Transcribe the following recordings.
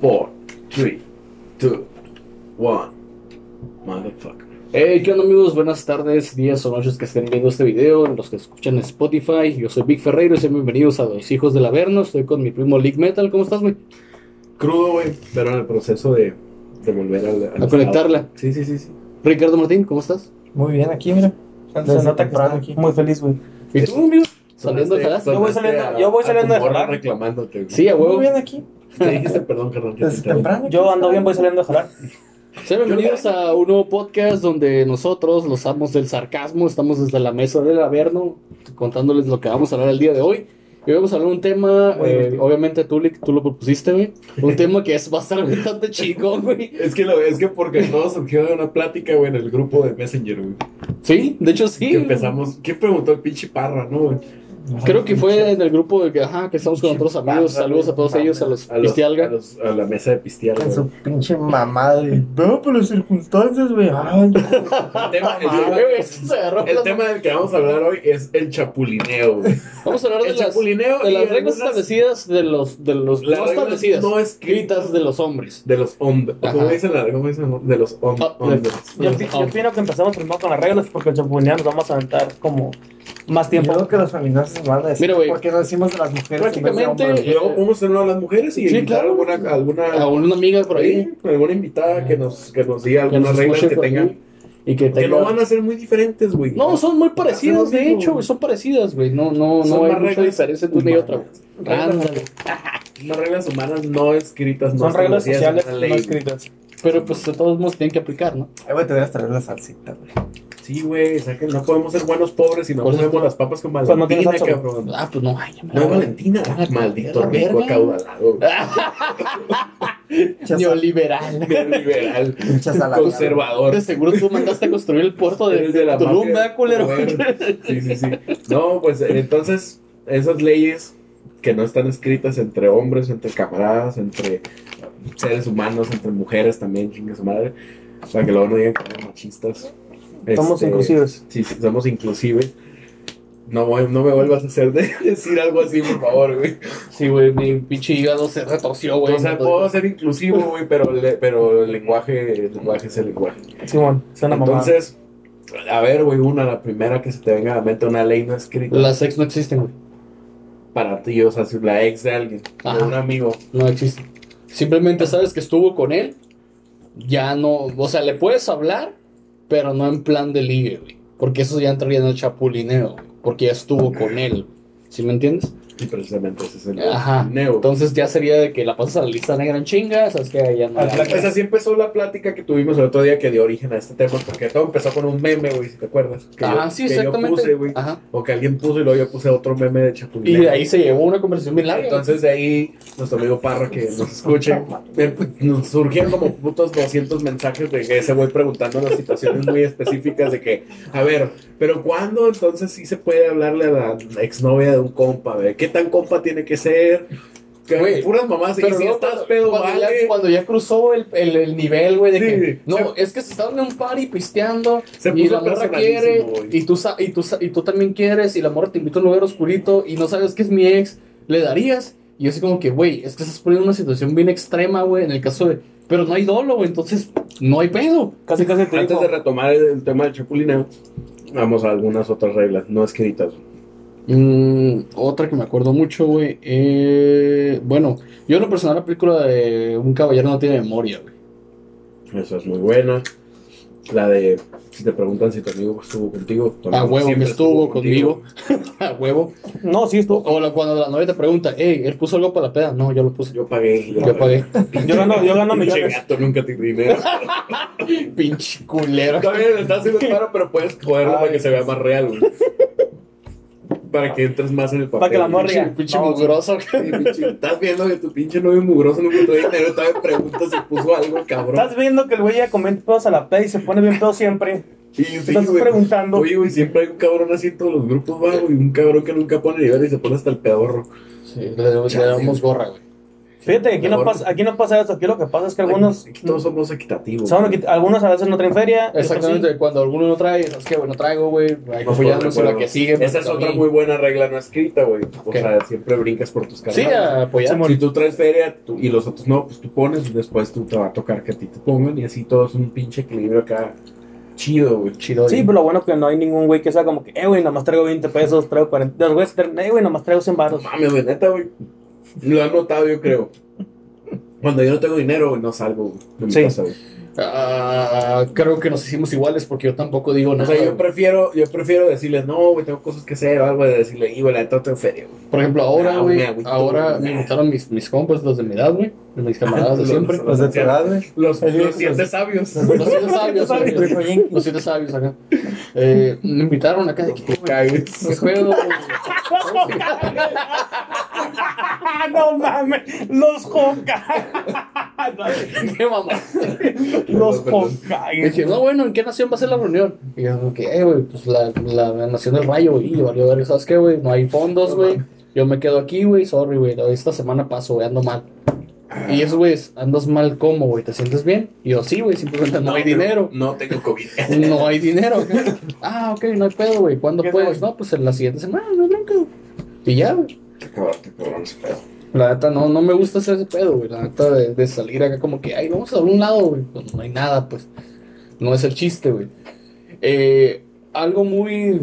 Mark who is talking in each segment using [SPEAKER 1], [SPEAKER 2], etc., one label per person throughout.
[SPEAKER 1] 4, 3, 2, 1. Motherfucker.
[SPEAKER 2] Hey, ¿qué onda amigos? Buenas tardes, días o noches que estén viendo este video, los que escuchan en Spotify. Yo soy Vic Ferreiro y sean bienvenidos a Los Hijos del Averno. Estoy con mi primo League Metal. ¿Cómo estás, güey?
[SPEAKER 1] Crudo, güey, pero en el proceso de, de volver al, al
[SPEAKER 2] A conectarla.
[SPEAKER 1] estado. Sí, sí, sí, sí.
[SPEAKER 2] Ricardo Martín, ¿cómo estás?
[SPEAKER 3] Muy bien, aquí, mira.
[SPEAKER 4] Desde
[SPEAKER 3] Se nota que
[SPEAKER 4] temprano
[SPEAKER 3] está
[SPEAKER 4] aquí.
[SPEAKER 3] muy feliz, güey.
[SPEAKER 2] ¿Y tú, amigo? Saliendo
[SPEAKER 1] Sonaste-
[SPEAKER 2] de Jalás.
[SPEAKER 1] sonaste
[SPEAKER 4] Yo voy saliendo-
[SPEAKER 1] a-
[SPEAKER 4] yo voy
[SPEAKER 1] a tu
[SPEAKER 4] saliendo de
[SPEAKER 1] morra
[SPEAKER 4] jalar.
[SPEAKER 1] reclamándote. güey.
[SPEAKER 2] Sí, a
[SPEAKER 3] Muy
[SPEAKER 2] huevo.
[SPEAKER 3] bien aquí.
[SPEAKER 1] Te dijiste perdón, carnal. que te
[SPEAKER 3] Desde
[SPEAKER 1] interrumpí.
[SPEAKER 3] temprano.
[SPEAKER 4] Yo ando bien, voy saliendo a jalar.
[SPEAKER 2] Sean bienvenidos a un nuevo podcast donde nosotros, los amos del sarcasmo, estamos desde la mesa del Averno contándoles lo que vamos a hablar el día de hoy. Y hoy vamos a hablar un tema,
[SPEAKER 3] Muy
[SPEAKER 2] eh,
[SPEAKER 3] divertido.
[SPEAKER 2] obviamente tú, Lick, tú lo propusiste, güey. Un tema que es, va a estar bastante chingón, güey.
[SPEAKER 1] Es que, lo, es que porque todo surgió de una plática, güey, en el grupo de Messenger, güey.
[SPEAKER 2] Sí, de hecho sí.
[SPEAKER 1] Que empezamos. ¿Qué preguntó el pinche parra, no, güey?
[SPEAKER 2] Creo que fue en el grupo de que, ajá, que estamos con otros amigos. Saludos a todos ellos, a los
[SPEAKER 1] A, los- a,
[SPEAKER 2] Pistialga.
[SPEAKER 1] los- a la mesa de Pistialga.
[SPEAKER 3] En
[SPEAKER 1] güey.
[SPEAKER 3] su pinche mamada. Y veo por las circunstancias, güey.
[SPEAKER 4] Ah,
[SPEAKER 3] Ay,
[SPEAKER 1] El tema- el
[SPEAKER 2] Ah,
[SPEAKER 1] tema-
[SPEAKER 2] güey, esto se agarró
[SPEAKER 1] El
[SPEAKER 2] las-
[SPEAKER 1] tema del que vamos a hablar hoy es el chapulineo. güey.
[SPEAKER 2] Vamos a hablar de
[SPEAKER 1] El
[SPEAKER 2] las,
[SPEAKER 1] chapulineo
[SPEAKER 2] de
[SPEAKER 1] y
[SPEAKER 2] las reglas
[SPEAKER 1] algunas-
[SPEAKER 2] establecidas de los, de los
[SPEAKER 1] las
[SPEAKER 2] no
[SPEAKER 1] reglas
[SPEAKER 2] establecidas.
[SPEAKER 1] no escritas
[SPEAKER 2] Gritas de los hombres.
[SPEAKER 1] de los hombres. O como
[SPEAKER 2] Ajá.
[SPEAKER 1] dicen las cómo dicen las- de los hom-
[SPEAKER 2] Ah, de-
[SPEAKER 1] hombres.
[SPEAKER 4] Yo, pi-
[SPEAKER 2] ah,
[SPEAKER 4] yo opino que empezamos primero con las reglas porque el chapulineado nos vamos a aventar como más
[SPEAKER 3] Yo creo
[SPEAKER 4] tiempo.
[SPEAKER 3] que los feministas van a decir.
[SPEAKER 2] Mira, güey.
[SPEAKER 3] ¿Por qué no decimos de las mujeres?
[SPEAKER 2] Prácticamente-
[SPEAKER 3] en vez de hombres?
[SPEAKER 1] Luego vamos a hacer una de las mujeres y
[SPEAKER 2] Sí,
[SPEAKER 1] invitar
[SPEAKER 2] claro.
[SPEAKER 1] alguna, alguna,
[SPEAKER 2] A una amiga por ahí.
[SPEAKER 1] sí, alguna invitada que nos, que nos diga
[SPEAKER 2] que
[SPEAKER 1] algunas
[SPEAKER 2] nos
[SPEAKER 1] reglas
[SPEAKER 2] escuche
[SPEAKER 1] que
[SPEAKER 2] por
[SPEAKER 1] tengan.
[SPEAKER 2] ahí Y que
[SPEAKER 1] Que no
[SPEAKER 2] tenga-
[SPEAKER 1] van a ser muy diferentes, güey.
[SPEAKER 2] No, son muy parecidas,
[SPEAKER 1] Hacemos
[SPEAKER 2] de
[SPEAKER 1] mismo,
[SPEAKER 2] hecho,
[SPEAKER 1] güey.
[SPEAKER 2] güey, son parecidas, güey. No, no,
[SPEAKER 1] Son
[SPEAKER 2] no hay
[SPEAKER 1] más
[SPEAKER 2] mucha
[SPEAKER 1] reglas
[SPEAKER 2] diferencia entre una y otra.
[SPEAKER 1] humanas.
[SPEAKER 2] Ándale.
[SPEAKER 1] Unas reglas humanas no escritas. no
[SPEAKER 4] Son reglas
[SPEAKER 1] establecidas
[SPEAKER 4] sociales
[SPEAKER 1] en
[SPEAKER 4] no
[SPEAKER 1] una ley.
[SPEAKER 4] escritas.
[SPEAKER 2] Pero pues de todos modos tienen que aplicar, ¿no?
[SPEAKER 3] Ay, güey, te voy a traer la salsita, güey.
[SPEAKER 1] Sí, güey. O sea, que no podemos ser buenos pobres y no
[SPEAKER 2] Por eso-
[SPEAKER 1] comemos las papas con
[SPEAKER 4] Pues no tienes
[SPEAKER 1] Valentina,
[SPEAKER 4] salsa,
[SPEAKER 1] cabrón.
[SPEAKER 2] Ah, pues no, ay, ya me
[SPEAKER 1] No
[SPEAKER 2] la
[SPEAKER 1] es
[SPEAKER 2] voy.
[SPEAKER 1] Valentina.
[SPEAKER 2] Cállate,
[SPEAKER 1] Maldito
[SPEAKER 2] la
[SPEAKER 1] rico
[SPEAKER 2] verga. Ah.
[SPEAKER 1] acaudalado. güey.
[SPEAKER 2] Neoliberal.
[SPEAKER 1] Neoliberal.
[SPEAKER 3] Pinchas a la
[SPEAKER 1] Conservador.
[SPEAKER 2] De seguro tú mandaste a construir el puerto de,
[SPEAKER 1] Eres de la
[SPEAKER 2] Tulum,
[SPEAKER 1] mafia.
[SPEAKER 2] ¿verdad, culero?
[SPEAKER 1] Bueno, Sí, sí, sí. No, pues entonces, esas leyes que no están escritas entre hombres, entre camaradas, entre seres humanos, entre mujeres también, chingue su madre. Para que luego no digan que somos machistas.
[SPEAKER 4] Somos
[SPEAKER 1] Este,
[SPEAKER 4] inclusivos.
[SPEAKER 1] Sí, sí, somos inclusive. No, voy- no me vuelvas a hacer de- decir algo así, por favor, güey.
[SPEAKER 2] Sí, güey, mi pinche hígado se retorció, güey.
[SPEAKER 1] O sea, puedo ser inclusivo, güey, pero, le- pero el lenguaje, el lenguaje es el lenguaje.
[SPEAKER 4] Simón, es una mamada.
[SPEAKER 1] Entonces, a ver, güey, una, la primera que se te venga a la mente, una ley no escrita
[SPEAKER 2] Las ex no existen, güey.
[SPEAKER 1] para ti, o sea, si la ex de alguien,
[SPEAKER 2] Ajá.
[SPEAKER 1] de un amigo.
[SPEAKER 2] No existen. Simplemente sabes que estuvo con él. Ya no. O sea, le puedes hablar, pero no en plan de ligue, güey. Porque eso ya entraría en el chapulineo, güey, Porque ya estuvo con él. ¿Sí me entiendes?
[SPEAKER 1] Y precisamente ese es el
[SPEAKER 2] Ajá.
[SPEAKER 1] neo.
[SPEAKER 2] Entonces ya sería de que la pasas a la lista negra en chinga. Sabes que ya no.
[SPEAKER 4] Al plan
[SPEAKER 1] Pues así empezó la plática que tuvimos el otro día que dio origen a este tema, porque todo empezó con un meme, güey, si te acuerdas. Que
[SPEAKER 2] Ajá,
[SPEAKER 1] yo,
[SPEAKER 2] sí,
[SPEAKER 1] que yo
[SPEAKER 2] exactamente.
[SPEAKER 1] puse, güey.
[SPEAKER 2] Ajá.
[SPEAKER 1] O que alguien puso y luego yo puse otro meme de Chapulín.
[SPEAKER 2] Y de ahí se llevó una conversación bien larga.
[SPEAKER 1] Entonces de ahí, nuestro amigo Parra que nos escuche, eh, nos surgieron como putos 200 mensajes de que ese güey preguntando las situaciones muy específicas de que, a ver, pero ¿cuándo entonces sí se puede hablarle a la exnovia de un compa? A ver, ¿Qué tan compa tiene que ser? Que,
[SPEAKER 2] Güey,
[SPEAKER 1] puras mamás, y
[SPEAKER 2] Pero
[SPEAKER 1] si
[SPEAKER 2] no,
[SPEAKER 1] estás
[SPEAKER 2] cuando-
[SPEAKER 1] pedo,
[SPEAKER 2] cuando,
[SPEAKER 1] vale.
[SPEAKER 2] ya, cuando ya cruzó el, el- el nivel, güey, de
[SPEAKER 1] Sí,
[SPEAKER 2] que no,
[SPEAKER 1] se-
[SPEAKER 2] es que se estaban en un party pisteando
[SPEAKER 1] Se
[SPEAKER 2] y
[SPEAKER 1] puso
[SPEAKER 2] la morra
[SPEAKER 1] personalísimo,
[SPEAKER 2] quiere
[SPEAKER 1] güey.
[SPEAKER 2] y tú, sa- y, tú, sa- y tú también quieres y la morra te invita a un lugar oscurito y no sabes que es mi ex, ¿le darías? Y yo así como que, güey, es que estás poniendo una situación bien extrema, güey, en el caso de, pero no hay dolo, güey, entonces no hay pedo.
[SPEAKER 4] Casi, casi te
[SPEAKER 1] Antes
[SPEAKER 4] digo.
[SPEAKER 1] de retomar el, el tema del chapulineo, vamos a algunas otras reglas no escritas.
[SPEAKER 2] Mm, otra que me acuerdo mucho, güey, eh, bueno, yo en lo personal la película de Un caballero no tiene memoria, güey.
[SPEAKER 1] Esa es muy buena. La de si te preguntan si tu amigo estuvo contigo. tu
[SPEAKER 2] A
[SPEAKER 1] amigo
[SPEAKER 2] huevo que
[SPEAKER 1] siempre
[SPEAKER 2] estuvo conmigo, a huevo.
[SPEAKER 4] No, sí,
[SPEAKER 2] O,
[SPEAKER 4] estuvo.
[SPEAKER 2] o la- cuando la novia te pregunta, hey, él puso algo para la peda. No, yo lo puse. Yo,
[SPEAKER 1] Yo pagué.
[SPEAKER 2] pagué.
[SPEAKER 4] Yo gano, yo gano
[SPEAKER 1] Pinche
[SPEAKER 4] millones.
[SPEAKER 1] gato nunca te dinero.
[SPEAKER 2] Pinche culero.
[SPEAKER 1] Está bien, está haciendo claro, pero puedes joderlo
[SPEAKER 4] Ay.
[SPEAKER 1] para que se vea más real, güey. Para que entres más en el papel.
[SPEAKER 4] Para que la morra-
[SPEAKER 2] Pinche, pinche
[SPEAKER 4] No,
[SPEAKER 2] mugroso.
[SPEAKER 1] Sí, pinche, Estás viendo que tu pinche novio mugroso nunca te dio dinero. Todavía preguntas si puso algo, cabrón.
[SPEAKER 4] Estás viendo que el güey ya comenta pedos a la peda y se pone bien pedo siempre.
[SPEAKER 1] Sí, sí,
[SPEAKER 4] Estás
[SPEAKER 1] güey.
[SPEAKER 4] preguntando.
[SPEAKER 1] Oye, güey, siempre hay un cabrón así en todos los grupos, güey. Un cabrón que nunca pone nivel y se pone hasta el pedorro.
[SPEAKER 2] Sí, le, le damos gorra, güey.
[SPEAKER 4] Fíjate que aquí no,
[SPEAKER 1] Mejor-
[SPEAKER 4] pasa, aquí no pasa eso. Aquí lo que pasa es que
[SPEAKER 1] Ay,
[SPEAKER 4] algunos.
[SPEAKER 1] aquí todos somos equitativos.
[SPEAKER 4] son equit- algunos a veces no traen feria. otros sí.
[SPEAKER 2] Exactamente, cuando alguno no trae, es que bueno, traigo, güey. Hay que
[SPEAKER 1] No
[SPEAKER 2] apoyarnos en la
[SPEAKER 1] recuerdo.
[SPEAKER 2] que sigue.
[SPEAKER 1] Esa es
[SPEAKER 2] porque a
[SPEAKER 1] otra
[SPEAKER 2] mí-
[SPEAKER 1] muy buena regla no escrita, güey. O
[SPEAKER 2] ¿Qué?
[SPEAKER 1] sea, siempre brincas por tus
[SPEAKER 2] Sí,
[SPEAKER 1] carnales.
[SPEAKER 2] a apoyar.
[SPEAKER 4] Simón.
[SPEAKER 1] Si tú traes feria tú- y los otros no, pues tú pones y después tú te va a tocar que a ti te pongan y así todo es un pinche equilibrio acá chido, güey.
[SPEAKER 2] Chido.
[SPEAKER 4] Sí,
[SPEAKER 2] y-
[SPEAKER 4] pero lo bueno que no hay ningún güey que sea como que, eh, güey, nomás traigo 20 pesos, traigo 40. Los güeyes traen, eh, güey, nomás traigo 100
[SPEAKER 1] No
[SPEAKER 4] baros.
[SPEAKER 1] mames, güey, neta, güey. Lo han notado, yo creo. Cuando yo no tengo dinero, güey, no salgo, güey. de mi
[SPEAKER 4] Sí.
[SPEAKER 1] casa, güey.
[SPEAKER 2] Ah, creo que nos hicimos iguales porque yo tampoco digo
[SPEAKER 1] O
[SPEAKER 2] nada.
[SPEAKER 1] sea, yo
[SPEAKER 2] güey.
[SPEAKER 1] prefiero, yo prefiero decirles, no, güey, tengo cosas que hacer o algo, de decirle, y, güey, la neta, no tengo feria, güey.
[SPEAKER 2] Por ejemplo, ahora,
[SPEAKER 1] Ah,
[SPEAKER 2] güey,
[SPEAKER 1] me agüito,
[SPEAKER 2] ahora
[SPEAKER 1] güey.
[SPEAKER 2] me invitaron mis, mis compas, los de mi edad, güey, mis camaradas de
[SPEAKER 1] Los-
[SPEAKER 2] siempre.
[SPEAKER 3] Ah, Los de tu edad, güey.
[SPEAKER 1] Los,
[SPEAKER 3] Oye,
[SPEAKER 1] los
[SPEAKER 3] los-
[SPEAKER 1] siete sabios.
[SPEAKER 2] Los siete sabios, güey. Los siete sabios acá. Eh, me invitaron acá de que, güey, ¿qué
[SPEAKER 1] Cagues.
[SPEAKER 2] juego? güey?
[SPEAKER 4] ¡Ah, no mames! ¡Los Hokage!
[SPEAKER 2] ¿Qué mamá?
[SPEAKER 4] ¡Los
[SPEAKER 1] Perdón.
[SPEAKER 2] Y
[SPEAKER 4] Hokage!
[SPEAKER 2] dije, no, bueno, ¿en qué nación va a ser la reunión? Y yo, que, eh, güey, pues la, la nación del rayo, güey. Y valió ver, ¿sabes qué, güey? No hay fondos, güey. Yo me quedo aquí, güey, sorry, güey. Esta semana paso, güey, ando mal. Y eso, güey, es, andas mal, ¿cómo, güey? ¿Te sientes bien? Y yo, sí, güey, simplemente no hay dinero.
[SPEAKER 1] No tengo COVID.
[SPEAKER 2] No hay dinero. Ah, ok, no hay pedo, güey. ¿Cuándo
[SPEAKER 4] ¿Qué
[SPEAKER 2] puedes?
[SPEAKER 4] tal?
[SPEAKER 2] No, pues en la siguiente semana, no hay bronca. Y ya, güey.
[SPEAKER 1] Qué cabrón, qué cabrón ese pedo.
[SPEAKER 2] La neta, no, no me gusta hacer ese pedo, güey. La neta, de, de salir acá como que, ay, vamos a algún lado, güey. Pues no hay nada, pues. No es el chiste, güey. Eh, algo muy...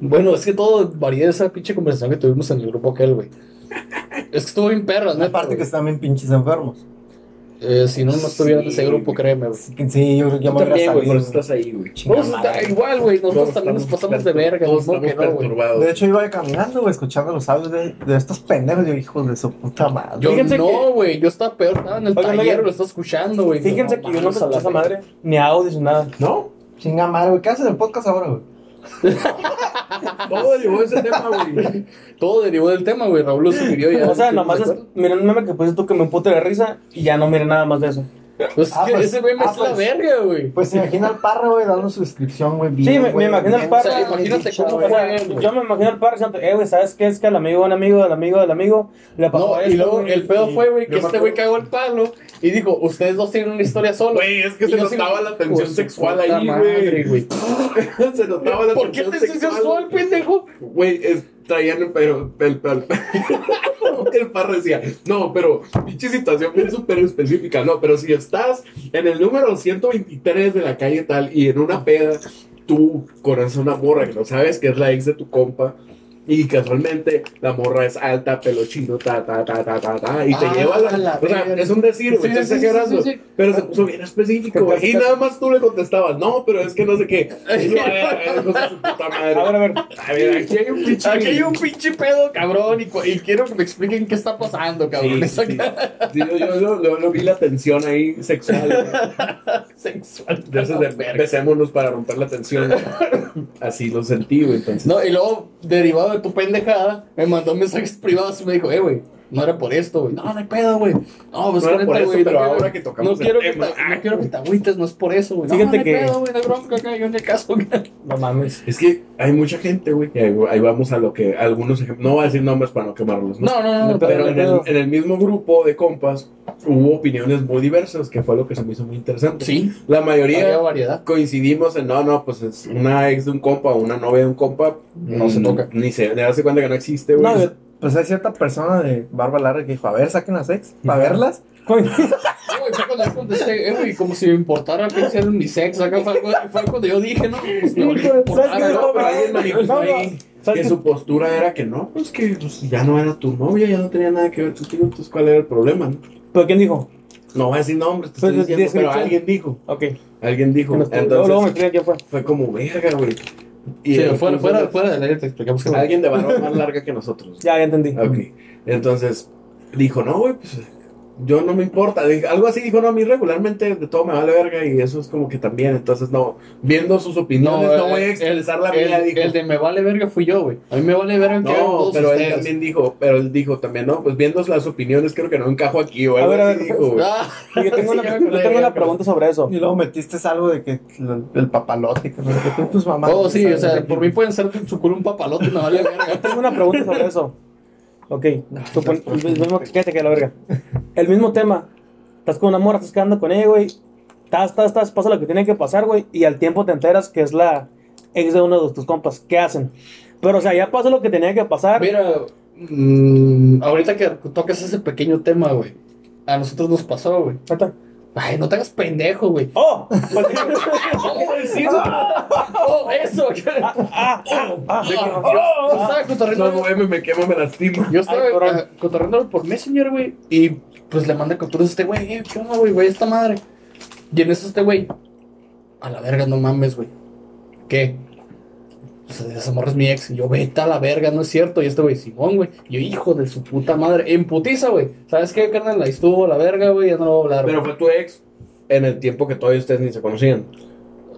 [SPEAKER 2] Bueno, es que todo varía de esa pinche conversación que tuvimos en el grupo aquel, güey. Es que estuvo bien perra, ¿no?
[SPEAKER 3] Aparte que están bien pinches enfermos.
[SPEAKER 2] Eh, si no, no estuviera en ese
[SPEAKER 1] Sí,
[SPEAKER 2] grupo,
[SPEAKER 1] güey.
[SPEAKER 2] créeme, güey.
[SPEAKER 3] Sí, que- Sí, yo creo que ya
[SPEAKER 1] Tú
[SPEAKER 3] me hubiera
[SPEAKER 1] también, güey, por eso
[SPEAKER 3] salido.
[SPEAKER 1] estás ahí, güey.
[SPEAKER 3] Chinga
[SPEAKER 2] Vamos,
[SPEAKER 3] madre.
[SPEAKER 2] está igual, güey. Nosotros
[SPEAKER 1] Todos
[SPEAKER 2] también nos
[SPEAKER 1] estamos
[SPEAKER 2] pasamos de
[SPEAKER 1] pertur-
[SPEAKER 2] verga.
[SPEAKER 1] Todos
[SPEAKER 2] ¿no?
[SPEAKER 1] estamos
[SPEAKER 2] Que no, güey.
[SPEAKER 1] perturbados.
[SPEAKER 3] De hecho, iba caminando, güey, escuchando los audios de, de estos pendejos. Yo, hijos de su puta madre.
[SPEAKER 2] Yo
[SPEAKER 4] Fíjense
[SPEAKER 2] no, güey, yo estaba peor, estaba en el
[SPEAKER 4] Oigan,
[SPEAKER 2] taller,
[SPEAKER 4] oigan.
[SPEAKER 2] lo estaba escuchando, güey.
[SPEAKER 4] Fíjense
[SPEAKER 2] No,
[SPEAKER 4] que yo no
[SPEAKER 2] mames, a
[SPEAKER 4] escuché
[SPEAKER 2] la
[SPEAKER 4] esa
[SPEAKER 2] verga.
[SPEAKER 4] madre. Ni audios, ni nada.
[SPEAKER 1] ¿No?
[SPEAKER 3] Chinga madre, güey. ¿Qué haces en el podcast ahora, güey?
[SPEAKER 1] Todo llevó ese tema, güey.
[SPEAKER 2] Todo derivó del tema, güey. Raúl lo sugirió ya.
[SPEAKER 4] O sea,
[SPEAKER 2] ¿sí?
[SPEAKER 4] nomás
[SPEAKER 2] ¿te
[SPEAKER 4] es,
[SPEAKER 2] acuerdas?
[SPEAKER 4] miré un meme que puse tú que me pute de risa y ya no miré nada más de eso.
[SPEAKER 2] Pues
[SPEAKER 3] Ah,
[SPEAKER 2] que
[SPEAKER 3] pues,
[SPEAKER 2] ese güey me
[SPEAKER 3] ah,
[SPEAKER 2] hace la
[SPEAKER 3] pues.
[SPEAKER 2] verga, güey.
[SPEAKER 3] Pues se imagina al parra, güey, dando suscripción, güey. bien,
[SPEAKER 4] Sí, me- me
[SPEAKER 3] güey,
[SPEAKER 4] imagino al
[SPEAKER 3] bien,
[SPEAKER 2] O
[SPEAKER 4] Parra,
[SPEAKER 2] sea,
[SPEAKER 3] güey,
[SPEAKER 2] imagínate
[SPEAKER 3] bien
[SPEAKER 2] cómo
[SPEAKER 3] chavo,
[SPEAKER 4] O
[SPEAKER 2] fue
[SPEAKER 4] sea,
[SPEAKER 2] él, güey.
[SPEAKER 4] yo me imagino al par diciendo, eh, güey, ¿sabes qué? Es que al amigo, de un amigo, del amigo, del amigo, le pasó
[SPEAKER 2] No,
[SPEAKER 4] esto.
[SPEAKER 2] y luego el pedo
[SPEAKER 4] y-
[SPEAKER 2] fue, güey, que
[SPEAKER 1] yo me
[SPEAKER 2] este güey
[SPEAKER 1] acuerdo.
[SPEAKER 2] cagó el palo y dijo, ustedes dos tienen una historia sola.
[SPEAKER 1] Güey, es que
[SPEAKER 2] Y
[SPEAKER 1] se
[SPEAKER 2] yo sí-
[SPEAKER 1] notaba la tensión
[SPEAKER 2] Por su
[SPEAKER 1] sexual
[SPEAKER 2] puta
[SPEAKER 1] ahí,
[SPEAKER 2] madre,
[SPEAKER 1] güey. Se notaba la
[SPEAKER 2] ¿Por qué
[SPEAKER 1] tensión
[SPEAKER 2] te sensual, pendejo?
[SPEAKER 1] Güey, es- traían el pero el, el, el par decía, no, pero pinche situación bien súper específica, no, pero si estás en el número 123 de la calle tal y en una peda, tú conoces a una morra que no sabes que es la ex de tu compa. Y casualmente la morra es alta, pelo chino, ta, ta, ta, ta, ta, ta, y te
[SPEAKER 2] Ah,
[SPEAKER 1] lleva la,
[SPEAKER 2] la
[SPEAKER 1] O sea,
[SPEAKER 2] verga.
[SPEAKER 1] es un decir,
[SPEAKER 2] Sí,
[SPEAKER 1] güey, estoy
[SPEAKER 2] sí, sí,
[SPEAKER 1] exagerando.
[SPEAKER 2] sí, sí.
[SPEAKER 1] Pero se puso bien específico, güey. Y nada más tú le contestabas, no, pero es que no sé qué. Y yo, a ver, a ver, hijo de su puta madre.
[SPEAKER 4] A ver, a ver.
[SPEAKER 1] A ver, aquí hay un pinche.
[SPEAKER 2] Aquí hay un pinche pedo, cabrón, y, cu- y quiero que me expliquen qué está pasando, cabrón.
[SPEAKER 1] Sí,
[SPEAKER 2] Eso
[SPEAKER 1] sí.
[SPEAKER 2] acá-
[SPEAKER 1] Sí, yo, yo, yo- yo no vi la tensión ahí sexual. güey.
[SPEAKER 2] Sexual.
[SPEAKER 1] Entonces,
[SPEAKER 2] la
[SPEAKER 1] de- besémonos para romper la tensión. Así lo sentí, güey. Entonces,
[SPEAKER 2] No, y luego, derivado de tu pendejada, me mandó mensajes privados y me dijo, eh, güey, no era por esto, güey. No, no hay pedo, güey. No, pues
[SPEAKER 1] No era
[SPEAKER 2] neta,
[SPEAKER 1] por eso,
[SPEAKER 2] güey,
[SPEAKER 1] pero
[SPEAKER 2] no quiero-
[SPEAKER 1] ahora que tocamos
[SPEAKER 2] no
[SPEAKER 1] el
[SPEAKER 2] quiero que
[SPEAKER 1] tema.
[SPEAKER 2] te- no quiero que te agüites, no es por eso, güey. No,
[SPEAKER 4] Fíjate
[SPEAKER 2] no hay
[SPEAKER 4] que-
[SPEAKER 2] pedo, güey, no hay bronca acá, yo en el caso. güey.
[SPEAKER 4] No mames.
[SPEAKER 1] es que hay mucha gente, güey. y Ahí, ahí vamos a lo que algunos ejemplos. No voy a decir nombres para no quemarlos.
[SPEAKER 2] No, no, no, no,
[SPEAKER 1] Pero
[SPEAKER 2] pero
[SPEAKER 1] en el, en el mismo grupo de compas hubo opiniones muy diversas, que fue lo que se me hizo muy interesante.
[SPEAKER 2] sí,
[SPEAKER 1] La
[SPEAKER 2] había
[SPEAKER 1] mayoría
[SPEAKER 2] variedad.
[SPEAKER 1] coincidimos en, no, no, pues es una ex de un compa o una novia de un compa.
[SPEAKER 2] No se
[SPEAKER 1] mm,
[SPEAKER 2] toca.
[SPEAKER 1] Ni se, le hace cuenta que no existe, güey.
[SPEAKER 4] No, yo-
[SPEAKER 3] Pues hay cierta persona de barba larga que dijo, a ver, saquen las ex, para verlas.
[SPEAKER 4] Coño.
[SPEAKER 2] Sí, güey, fue cuando yo contesté, eh, güey, como si me importara que sea mi sexo, acá fue, güey, fue cuando yo dije, no, pues no,
[SPEAKER 4] ¿Sabes
[SPEAKER 2] le
[SPEAKER 4] qué
[SPEAKER 2] importara,
[SPEAKER 4] es
[SPEAKER 2] ¿no?
[SPEAKER 4] lo
[SPEAKER 1] pero alguien
[SPEAKER 4] peor?
[SPEAKER 1] manifestó
[SPEAKER 4] No, no.
[SPEAKER 1] ahí
[SPEAKER 4] ¿Sabes
[SPEAKER 1] que
[SPEAKER 4] qué?
[SPEAKER 1] su postura era que no, pues que pues, ya no era tu novia, ya no tenía nada que ver contigo, entonces cuál era el problema, ¿no?
[SPEAKER 4] ¿Pero quién dijo?
[SPEAKER 1] No voy a decir nombres, te
[SPEAKER 4] Pues,
[SPEAKER 1] estoy diciendo, pero
[SPEAKER 4] descripción.
[SPEAKER 1] alguien dijo,
[SPEAKER 4] Ok.
[SPEAKER 1] alguien dijo.
[SPEAKER 4] "Eh, Luego luego me
[SPEAKER 1] Entonces
[SPEAKER 4] explica quién fue.
[SPEAKER 1] fue como verga, güey. Y
[SPEAKER 2] Sí,
[SPEAKER 1] el-
[SPEAKER 2] fuera, fuera, fuera del aire te explicamos que
[SPEAKER 1] Alguien de barba más larga que nosotros.
[SPEAKER 4] Ya, ya entendí.
[SPEAKER 1] Ok. Entonces, dijo, no, güey, pues yo no me importa. Dijo- algo así dijo, no, a mí regularmente de todo me vale verga y eso es como que también. Entonces, no, viendo sus opiniones, no,
[SPEAKER 2] eh,
[SPEAKER 1] voy a expresar la
[SPEAKER 2] el-
[SPEAKER 1] mía, dijo.
[SPEAKER 2] El de me vale verga fui yo, güey. A mí me vale verga que hagan
[SPEAKER 1] No,
[SPEAKER 2] todos
[SPEAKER 1] pero él
[SPEAKER 2] ustedes.
[SPEAKER 1] también dijo, pero él dijo también, no, pues viendo las opiniones, creo que no encajo aquí, o
[SPEAKER 4] A
[SPEAKER 1] algo
[SPEAKER 4] ver, a
[SPEAKER 1] así
[SPEAKER 4] ver,
[SPEAKER 1] dijo, güey.
[SPEAKER 2] Ah,
[SPEAKER 4] Y yo tengo
[SPEAKER 1] Sí, ya
[SPEAKER 4] una,
[SPEAKER 1] me
[SPEAKER 4] yo
[SPEAKER 1] acordé,
[SPEAKER 4] tengo
[SPEAKER 1] ya me
[SPEAKER 4] una
[SPEAKER 1] acordé.
[SPEAKER 4] pregunta sobre eso.
[SPEAKER 3] Y luego metiste algo de que lo- el papalote, que no sé qué, tú, tus mamás.
[SPEAKER 2] oh, sí, o sea, por mí pueden ser en su culo un papalote, me vale verga.
[SPEAKER 4] Tengo una pregunta sobre eso. Ok. Supon- Fíjate pues, que la verga. el mismo tema. Estás con una morra, estás quedando con ella, güey. Estás, estás, estás, pasa lo que tiene que pasar, güey. Y al tiempo te enteras que es la ex de uno de tus compas. ¿Qué hacen? Pero, o sea, ya pasó lo que tenía que pasar.
[SPEAKER 2] Mira, mm, ahorita que tocas ese pequeño tema, güey. A nosotros nos pasó, güey.
[SPEAKER 4] Neta.
[SPEAKER 2] Ay, no te hagas pendejo, güey.
[SPEAKER 4] ¡Oh!
[SPEAKER 2] ¿Cómo decirlo? Oh, eso.
[SPEAKER 4] ¡Ah! ¡Ah! ¡Ah!
[SPEAKER 2] Yo- yo estaba
[SPEAKER 1] No,
[SPEAKER 2] cotorreando.
[SPEAKER 1] güey, me- me quema, me lastima.
[SPEAKER 2] Yo estaba
[SPEAKER 4] Ay, cabrón.
[SPEAKER 2] ah, cotorreando por Messenger, güey. Y pues le mandé capturas a este güey. Eh, ¿Qué onda, güey? Güey, esta madre. Y en eso este güey. A la verga, no mames, güey. ¿Qué? Pues esa morra es mi ex. Y yo, vete a la verga, no es cierto. Y este güey, Simón, güey. Y Yo, hijo de su puta madre. En putiza, güey. ¿Sabes qué, carnal? Ahí estuvo a la verga, güey. Ya no lo voy a hablar.
[SPEAKER 1] Pero
[SPEAKER 2] güey.
[SPEAKER 1] fue tu ex en el tiempo que todavía ustedes ni se conocían.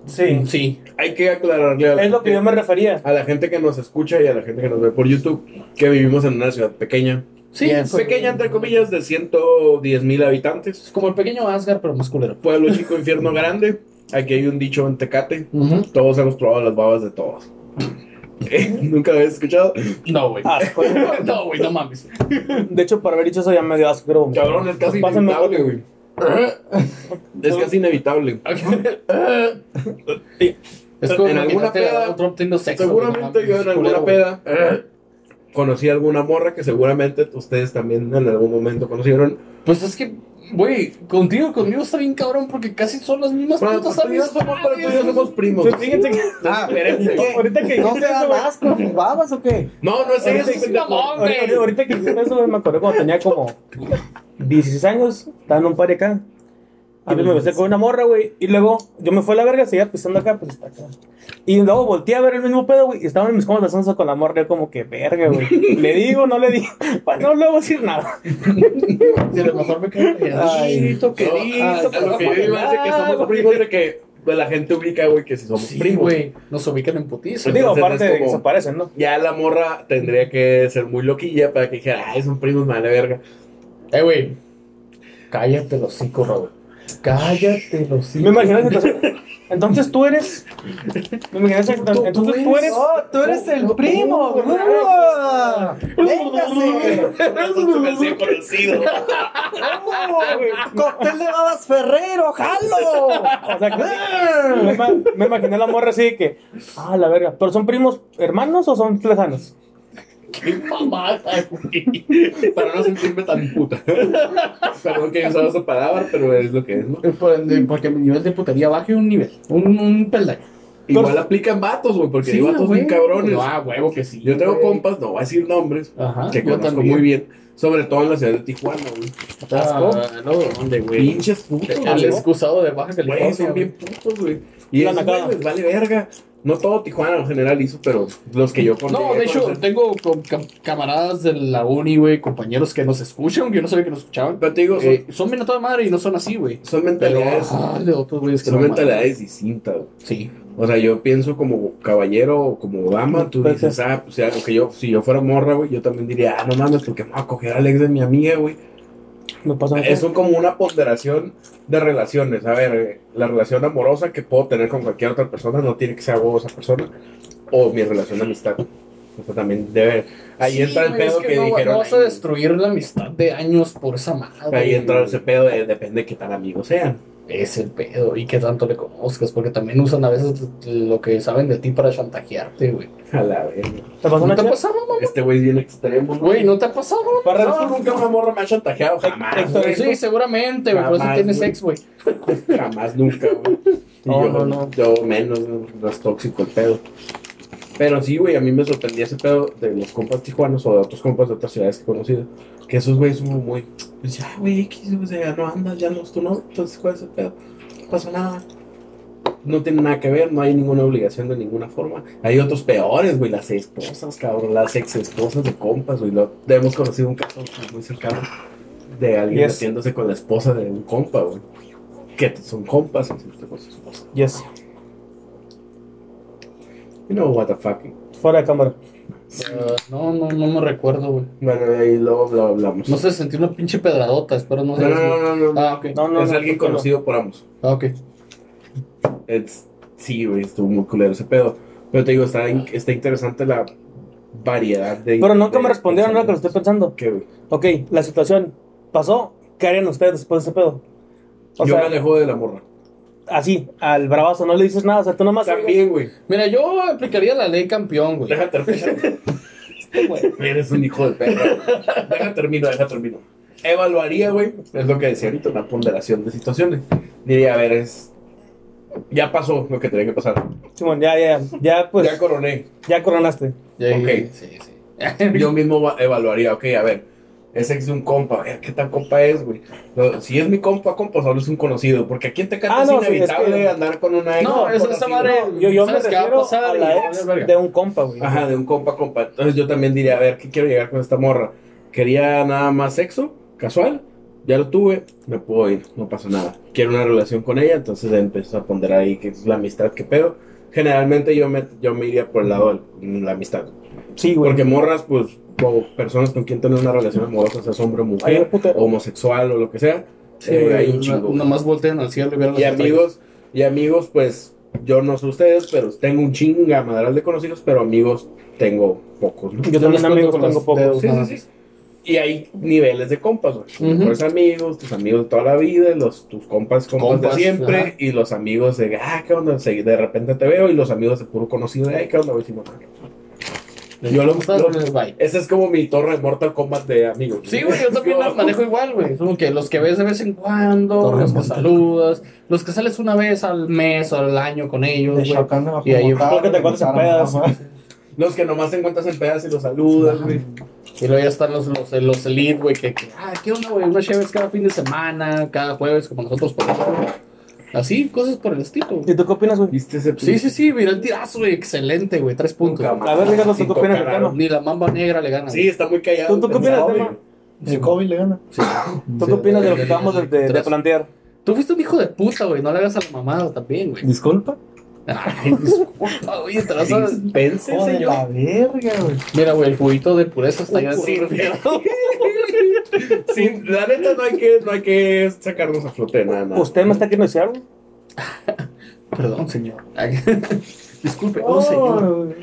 [SPEAKER 4] Sí.
[SPEAKER 2] Mm, Sí.
[SPEAKER 1] Hay que aclararle a la,
[SPEAKER 4] Es lo que yo me refería.
[SPEAKER 1] a la gente que nos escucha y a la gente que nos ve por YouTube que vivimos en una ciudad pequeña.
[SPEAKER 2] Sí,
[SPEAKER 3] Yes.
[SPEAKER 2] pues,
[SPEAKER 1] Pequeña, entre comillas, de 110 mil habitantes.
[SPEAKER 2] es como el pequeño Asgard, pero más culero.
[SPEAKER 1] Pueblo chico, infierno grande. Aquí hay un dicho en Tecate.
[SPEAKER 2] Ujú.
[SPEAKER 1] Todos hemos probado las babas de todos. Eh, Nunca habías escuchado.
[SPEAKER 2] No, güey.
[SPEAKER 4] Asco.
[SPEAKER 2] No, güey, no mames.
[SPEAKER 4] Ah, De hecho, por haber dicho eso ya me dio asco. creo.
[SPEAKER 1] Cabrón, es casi
[SPEAKER 4] Pásame-
[SPEAKER 1] inevitable, güey. Es casi inevitable.
[SPEAKER 2] Es como
[SPEAKER 1] En alguna
[SPEAKER 2] imagínate a
[SPEAKER 1] peda,
[SPEAKER 2] Donald Trump teniendo sexo.
[SPEAKER 1] Seguramente
[SPEAKER 2] güey, no
[SPEAKER 1] yo
[SPEAKER 2] mames,
[SPEAKER 1] en alguna
[SPEAKER 2] culero, güey.
[SPEAKER 1] peda conocí a alguna morra que seguramente ustedes también en algún momento conocieron.
[SPEAKER 2] Pues es que, güey, contigo, conmigo está bien cabrón porque casi son las mismas
[SPEAKER 1] Bueno,
[SPEAKER 2] putas
[SPEAKER 1] pues tú y yo somos- pero tú y yo somos primos.
[SPEAKER 4] Pues fíjense que-
[SPEAKER 3] Ah,
[SPEAKER 1] Espérate.
[SPEAKER 3] ¿y qué?
[SPEAKER 4] Ahorita que
[SPEAKER 3] ¿No se
[SPEAKER 4] dijiste eso,
[SPEAKER 3] dan
[SPEAKER 4] güey.
[SPEAKER 3] más con sus babas o qué?
[SPEAKER 1] No, no es
[SPEAKER 4] Ahorita
[SPEAKER 1] eso.
[SPEAKER 4] que
[SPEAKER 2] es
[SPEAKER 1] pendejo.
[SPEAKER 2] mamón, Ah, güey.
[SPEAKER 4] Ahorita, ahorita que hiciste eso, güey, me acordé cuando tenía como 16 años, estaba en un par acá. Y pues me besé con una morra, güey. Y luego yo me fui a la verga, seguía pisando acá, pues está acá. Y luego volteé a ver el mismo pedo, güey. Y estaban mis conversaciones con la morra, yo como que verga, güey. Le digo, no le digo. Pa- No le voy a decir nada.
[SPEAKER 2] Si a lo mejor me quedo calladito, querido.
[SPEAKER 1] No, a lo que yo iba a decir que somos primos de que pues, la gente ubica, güey, que si somos
[SPEAKER 2] Sí,
[SPEAKER 1] primos.
[SPEAKER 2] güey, nos ubican en putiza.
[SPEAKER 1] Entonces
[SPEAKER 4] Digo,
[SPEAKER 1] es
[SPEAKER 4] aparte de que
[SPEAKER 1] como-
[SPEAKER 4] se parecen, ¿no?
[SPEAKER 1] Ya la morra tendría que ser muy loquilla para que dijera, ay, son primos, madre verga.
[SPEAKER 2] Eh, güey, cállate los cinco, Robert. Cállate los
[SPEAKER 4] Me
[SPEAKER 2] cinco.
[SPEAKER 4] imagino esa situación. Entonces tú eres. Me imagino esa situación.
[SPEAKER 2] Tú- tú
[SPEAKER 4] Entonces tú eres.
[SPEAKER 3] ¡Oh, tú eres el primo! ¡Ah! ¡Véngase!
[SPEAKER 1] Eso se me hacía conocido.
[SPEAKER 4] ¡Oh, güey!
[SPEAKER 3] ¡Cóctel de babas Ferrero! ¡Jalo!
[SPEAKER 4] O sea, que- me, ima- me imaginé la morra así de que, ah, la verga. ¿Pero son primos hermanos o son lejanos?
[SPEAKER 2] Qué mamada, güey.
[SPEAKER 1] Para no sentirme tan puta. Perdón que yo usaba esa palabra, pero es lo que es, ¿no?
[SPEAKER 2] Por- Porque mi nivel de putería baje un nivel, un, un peldaño.
[SPEAKER 1] Igual aplican vatos, güey, porque hay vatos
[SPEAKER 2] güey.
[SPEAKER 1] bien cabrones.
[SPEAKER 2] No, ah, huevo que sí.
[SPEAKER 1] Yo tengo
[SPEAKER 2] güey.
[SPEAKER 1] compas, no voy a decir nombres,
[SPEAKER 2] Ajá,
[SPEAKER 1] que
[SPEAKER 2] yo
[SPEAKER 1] conozco
[SPEAKER 2] también.
[SPEAKER 1] muy bien, sobre todo en la ciudad de Tijuana, güey.
[SPEAKER 2] Atasco.
[SPEAKER 5] Ah, no, ¿dónde, güey?
[SPEAKER 1] Pinches putos,
[SPEAKER 2] El
[SPEAKER 1] güey.
[SPEAKER 2] excusado de Baja
[SPEAKER 1] Güey,
[SPEAKER 2] California.
[SPEAKER 1] son bien
[SPEAKER 2] güey.
[SPEAKER 1] putos, güey. Y
[SPEAKER 4] La
[SPEAKER 1] esos
[SPEAKER 4] nacada.
[SPEAKER 1] güeyes les vale verga. No todo Tijuana en general hizo, pero los que yo conozco.
[SPEAKER 2] No, de hecho, tengo com- cam- camaradas de la uni, güey, compañeros que nos escuchan, que yo no sabía que nos escuchaban.
[SPEAKER 1] Pero te digo, son,
[SPEAKER 2] Eh, son bien a toda madre y no son así, güey.
[SPEAKER 1] son
[SPEAKER 2] Pero
[SPEAKER 1] mentalidades.
[SPEAKER 2] ah, de otros güeyes que
[SPEAKER 1] son
[SPEAKER 2] no
[SPEAKER 1] mentalidades distintas, güey.
[SPEAKER 2] mames. Sí.
[SPEAKER 1] O sea, yo pienso como caballero o como dama, tú
[SPEAKER 4] Pues,
[SPEAKER 1] dices, ah, pues ya, lo que yo, si yo fuera morra, güey, yo también diría, ah, no mames, porque me voy a coger al ex de mi amiga, güey.
[SPEAKER 4] Me
[SPEAKER 2] Pues
[SPEAKER 4] pasa
[SPEAKER 1] Es un- como una ponderación de relaciones. A ver, eh, la relación amorosa que puedo tener con cualquier otra persona no tiene que ser a huevo esa persona. O mi relación de amistad. O sea, también debe. Ahí
[SPEAKER 2] Sí,
[SPEAKER 1] entra el
[SPEAKER 2] güey, es
[SPEAKER 1] pedo que,
[SPEAKER 2] no,
[SPEAKER 1] dijeron.
[SPEAKER 2] No vas a
[SPEAKER 1] ahí.
[SPEAKER 2] destruir la amistad de años por esa madre.
[SPEAKER 1] Ahí entra
[SPEAKER 2] güey.
[SPEAKER 1] ese pedo de depende de qué tan amigos sean.
[SPEAKER 2] Es el pedo. Y que tanto le conozcas, porque también usan a veces lo que saben de ti para chantajearte, güey.
[SPEAKER 1] A la verga.
[SPEAKER 4] ¿Te pasó
[SPEAKER 2] ¿No
[SPEAKER 4] una
[SPEAKER 2] te ha
[SPEAKER 4] chica?
[SPEAKER 2] pasado, mamá?
[SPEAKER 1] Este güey es bien extremo, ¿no?
[SPEAKER 2] Güey, ¿no te ha pasado?
[SPEAKER 4] Para
[SPEAKER 1] No, nunca una morra me ha chantajeado. Jamás.
[SPEAKER 4] Héctor,
[SPEAKER 1] güey.
[SPEAKER 2] Sí, seguramente, güey. Por eso
[SPEAKER 1] Jamás,
[SPEAKER 2] tienes
[SPEAKER 1] güey.
[SPEAKER 2] ex, güey.
[SPEAKER 1] Jamás, nunca, güey.
[SPEAKER 4] No,
[SPEAKER 1] yo,
[SPEAKER 4] no, no.
[SPEAKER 1] yo menos, no, no es tóxico el pedo. Pero sí, güey, a mí me sorprendía ese pedo de los compas tijuanos o de otros compas de otras ciudades que he conocido. Que esos güeyes son muy, pues ya, güey, X, o sea, ya no andas, ya no, tú no. Entonces, ¿cuál es el pedo? No pasa nada. No tiene nada que ver, no hay ninguna obligación de ninguna forma. Hay otros peores, güey, las esposas, cabrón, las ex esposas de compas, güey. Lo, hemos conocido un caso muy cercano de alguien
[SPEAKER 4] Yes.
[SPEAKER 1] metiéndose con la esposa de un compa, güey que son compas y son cosas.
[SPEAKER 4] Yes.
[SPEAKER 1] You know what the fuck.
[SPEAKER 4] Fuera de cámara.
[SPEAKER 2] Ah, no, no, no me recuerdo, güey.
[SPEAKER 1] Bueno, de ahí luego lo hablamos.
[SPEAKER 2] No sé, sentí una pinche pedradota, espero no
[SPEAKER 1] no,
[SPEAKER 2] sea
[SPEAKER 1] no,
[SPEAKER 2] eso.
[SPEAKER 1] no, no, no.
[SPEAKER 2] Ah, ok.
[SPEAKER 4] No, no,
[SPEAKER 1] es
[SPEAKER 4] no,
[SPEAKER 1] alguien
[SPEAKER 4] no, no.
[SPEAKER 1] conocido por ambos.
[SPEAKER 2] Ah, ok.
[SPEAKER 1] Es- sí, güey, estuvo muy culero ese pedo. Pero te digo, está, in- está interesante la variedad de.
[SPEAKER 4] Pero nunca
[SPEAKER 1] de
[SPEAKER 4] me respondieron ahora que lo estoy
[SPEAKER 1] pensamientos.
[SPEAKER 4] pensando.
[SPEAKER 1] ¿Qué, güey?
[SPEAKER 4] Ok, la situación pasó. ¿qué harían ustedes después de ese pedo? O
[SPEAKER 1] yo
[SPEAKER 4] sea,
[SPEAKER 1] me alejo de la morra.
[SPEAKER 4] así, al bravazo, no le dices nada, o sea, tú nomás...
[SPEAKER 1] También, güey.
[SPEAKER 2] Mira, yo aplicaría la ley campeón, güey.
[SPEAKER 1] Deja terminar. Eres un hijo de perra. Deja termino, deja termino. Evaluaría, güey, es lo que decía ahorita, una ponderación de situaciones. Diría, a ver, es. Ya pasó lo que tenía que pasar.
[SPEAKER 4] Simón, ya, ya, ya, pues,
[SPEAKER 1] ya coroné.
[SPEAKER 4] ya coronaste.
[SPEAKER 2] Ya-
[SPEAKER 1] Ok.
[SPEAKER 2] Sí, sí.
[SPEAKER 1] Yo mismo va- evaluaría, ok, a ver, es ex de un compa, a ver, ¿qué tan compa es, güey? No, si es mi compa, compa, solo es un conocido, porque aquí en Tecate
[SPEAKER 4] Ah,
[SPEAKER 1] es
[SPEAKER 4] no, sí,
[SPEAKER 1] inevitable
[SPEAKER 4] es que-
[SPEAKER 1] andar con una ex.
[SPEAKER 2] No,
[SPEAKER 1] de un
[SPEAKER 2] eso está
[SPEAKER 1] conocido.
[SPEAKER 2] madre.
[SPEAKER 4] Yo, yo me
[SPEAKER 2] ¿Sabes qué va a
[SPEAKER 4] refiero
[SPEAKER 2] pasar?
[SPEAKER 4] a
[SPEAKER 2] Y
[SPEAKER 4] la
[SPEAKER 2] vale
[SPEAKER 4] ex
[SPEAKER 2] verga.
[SPEAKER 4] de un compa, güey.
[SPEAKER 1] Ajá, de un compa, compa. Entonces yo también diría, a ver, ¿qué quiero llegar con esta morra? Quería nada más sexo, casual, ya lo tuve, me puedo ir, no pasa nada. Quiero una relación con ella, entonces empiezo a poner ahí que es la amistad, qué pedo. Generalmente yo me, yo me iría por el lado de la amistad.
[SPEAKER 4] Sí, güey.
[SPEAKER 1] Porque morras, pues, o personas con quien tener una relación amorosa, sea hombre o
[SPEAKER 4] Hay un
[SPEAKER 1] mujer,
[SPEAKER 4] putero.
[SPEAKER 1] o homosexual o lo que sea,
[SPEAKER 2] Sí,
[SPEAKER 1] eh,
[SPEAKER 2] güey,
[SPEAKER 1] hay un
[SPEAKER 2] na-
[SPEAKER 1] chingo.
[SPEAKER 2] Nomás voltean al cielo y vean
[SPEAKER 1] Y
[SPEAKER 2] las
[SPEAKER 1] amigos, y amigos, pues, yo no sé ustedes, pero tengo un chingamadral de conocidos, pero amigos tengo pocos, ¿no?
[SPEAKER 4] Yo también
[SPEAKER 2] Yo
[SPEAKER 4] amigos
[SPEAKER 2] los cuento con
[SPEAKER 4] tengo
[SPEAKER 2] los dedos.
[SPEAKER 4] pocos.
[SPEAKER 1] Sí,
[SPEAKER 2] Ajá.
[SPEAKER 1] sí, sí. Y hay niveles de compas, güey. Los
[SPEAKER 2] Ujú.
[SPEAKER 1] mejores amigos, tus amigos de toda la vida, los, tus compas, compas,
[SPEAKER 2] Compas,
[SPEAKER 1] de siempre,
[SPEAKER 2] ajá.
[SPEAKER 1] y los amigos de, ah, qué onda, Se- de repente te veo, y los amigos de puro conocido, ay, qué onda, güey, Simón. Yo lo- lo-
[SPEAKER 2] bye.
[SPEAKER 1] Esa es como mi torre de Mortal Kombat de amigos.
[SPEAKER 2] Sí, güey, yo también la manejo igual, güey. Es como que los que ves de vez en cuando,
[SPEAKER 3] Torre
[SPEAKER 2] los que
[SPEAKER 3] Monte.
[SPEAKER 2] saludas, los que sales una vez al mes o al año con ellos,
[SPEAKER 3] De
[SPEAKER 2] güey.
[SPEAKER 3] Chacán de
[SPEAKER 2] Y ahí-
[SPEAKER 3] Bajomotar,
[SPEAKER 4] Creo que te encuentras en
[SPEAKER 3] güey,
[SPEAKER 4] pedas.
[SPEAKER 3] Saramá,
[SPEAKER 1] Los que nomás te encuentras en pedazos y los saludas, güey.
[SPEAKER 2] Y luego ya están los, los, los elite, güey, que, que, ah, ¿qué onda, güey? Una chévere cada fin de semana, cada jueves, como nosotros, por ejemplo. Así, cosas por el estilo.
[SPEAKER 4] ¿Y tú qué opinas, güey?
[SPEAKER 1] ¿Viste ese
[SPEAKER 2] Sí, sí, sí, mira el tirazo, güey, excelente, güey, tres puntos.
[SPEAKER 4] A ver, díganos tú qué opinas, Ricardo.
[SPEAKER 2] Ni la mamba negra le gana.
[SPEAKER 1] Sí, está muy callado.
[SPEAKER 4] ¿Tú- tú qué opinas del
[SPEAKER 1] pensado,
[SPEAKER 4] tema?
[SPEAKER 3] El COVID le gana.
[SPEAKER 2] Sí.
[SPEAKER 4] ¿Tú
[SPEAKER 2] Sí,
[SPEAKER 4] qué opinas de lo que
[SPEAKER 2] el- el-
[SPEAKER 4] acabamos de, de- de
[SPEAKER 2] tres.
[SPEAKER 4] plantear?
[SPEAKER 2] Tú fuiste un hijo de puta, güey, no le hagas a la mamada también, güey.
[SPEAKER 3] Disculpa.
[SPEAKER 2] Ay, disculpa, güey, te vas a...
[SPEAKER 1] güey? Dispense,
[SPEAKER 3] Joder,
[SPEAKER 1] señor.
[SPEAKER 3] Oh, la verga, güey.
[SPEAKER 2] Mira, güey, el juguito de pureza está allá
[SPEAKER 1] Sí,
[SPEAKER 2] dentro.
[SPEAKER 1] Sí, la neta no hay que, no hay que sacarnos a flote, nada, nada.
[SPEAKER 4] ¿Usted me está queriendo decir algo?
[SPEAKER 2] Perdón, señor. Ay, Disculpe, oh, señor.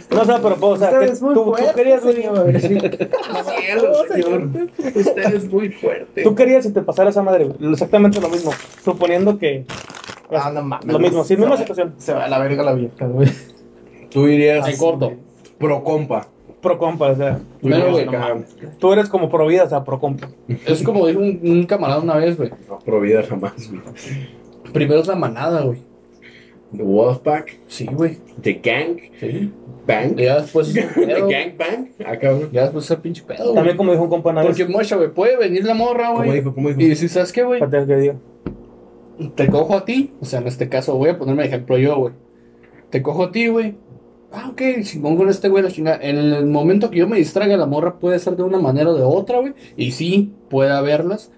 [SPEAKER 4] No, o sea, pero, pues, o sea,
[SPEAKER 3] Usted
[SPEAKER 4] ¿qué-
[SPEAKER 3] es muy
[SPEAKER 4] tú, tú
[SPEAKER 3] fuerte,
[SPEAKER 4] querías, güey?
[SPEAKER 3] señor.
[SPEAKER 1] Cielo,
[SPEAKER 3] Oh,
[SPEAKER 1] señor. Usted es muy fuerte.
[SPEAKER 4] Tú querías si te pasara esa madre, güey. Exactamente lo mismo. Suponiendo que.
[SPEAKER 3] Ah, no mames.
[SPEAKER 4] Lo mismo, sí,
[SPEAKER 3] Se
[SPEAKER 4] misma
[SPEAKER 3] va-
[SPEAKER 4] situación.
[SPEAKER 3] Se va a la verga la vieja, güey.
[SPEAKER 1] Tú dirías
[SPEAKER 2] En corto.
[SPEAKER 1] pro compa.
[SPEAKER 4] Pro compa, o sea.
[SPEAKER 1] Tú
[SPEAKER 2] Pero,
[SPEAKER 1] dirías
[SPEAKER 2] güey,
[SPEAKER 1] acá,
[SPEAKER 4] Tú eres como pro vida, o sea, pro compa.
[SPEAKER 2] Es como dijo un, un camarada una vez, güey.
[SPEAKER 1] no, pro vida jamás, güey.
[SPEAKER 2] Primero es la manada, güey.
[SPEAKER 1] The Wolfpack,
[SPEAKER 2] Sí, güey.
[SPEAKER 1] The Gang,
[SPEAKER 2] Sí.
[SPEAKER 1] Bang,
[SPEAKER 2] Y ya después es el
[SPEAKER 1] The
[SPEAKER 2] pedo.
[SPEAKER 1] Gang Bang. Ah, Acá, güey.
[SPEAKER 2] Ya después es el pinche pedo, güey.
[SPEAKER 4] También como dijo un compa una vez.
[SPEAKER 2] Porque mocha, güey, puede venir la morra,
[SPEAKER 1] ¿Cómo
[SPEAKER 2] güey.
[SPEAKER 1] dijo? ¿Cómo dijo?
[SPEAKER 2] Y decir, ¿sabes qué, güey?
[SPEAKER 4] Espérate, que digo.
[SPEAKER 2] Te cojo a ti. O sea, en este caso voy a ponerme de ejemplo yo, güey. Te cojo a ti, güey. Ah, ok, chingón con este güey, la chingada. En el momento que yo me distraiga, la morra puede ser de una manera o de otra, güey. Y sí, puede haberlas.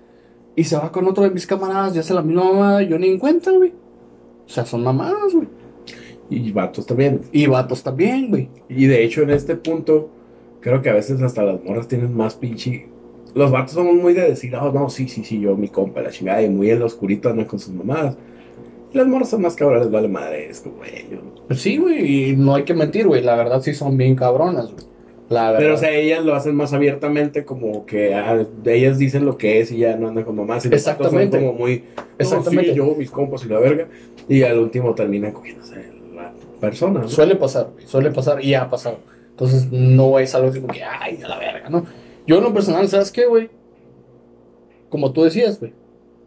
[SPEAKER 2] Y se va con otro de mis camaradas y hace la misma mamada. Yo ni en cuenta, güey. O sea, son mamadas, güey.
[SPEAKER 1] Y vatos también.
[SPEAKER 2] Y vatos también, güey.
[SPEAKER 1] Y de hecho, en este punto, creo que a veces hasta las morras tienen más pinche. Los vatos somos muy de decir, "Ah, no, sí, sí, sí, yo, mi compa, la chingada, y muy en lo oscurito andan con sus mamadas. Las morras son más cabrones, vale madre, es como, "Eh, yo".
[SPEAKER 2] Pues sí, güey. Y no hay que mentir, güey. La verdad sí son bien cabronas, güey. La verdad.
[SPEAKER 1] Pero, o sea, ellas lo hacen más abiertamente, como que ah, ellas dicen lo que es y ya no andan con mamás. Y los vatos son
[SPEAKER 2] Exactamente.
[SPEAKER 1] como muy, "No,
[SPEAKER 2] Exactamente.
[SPEAKER 1] sí, yo, mis compas y la verga. Y al último terminan cogiéndose la persona. ¿no?
[SPEAKER 2] Suele pasar, güey, suele pasar y ha pasado. Entonces no es algo así como que, ay, a la verga, ¿no? Yo en lo personal, ¿sabes qué, güey? Como tú decías, güey.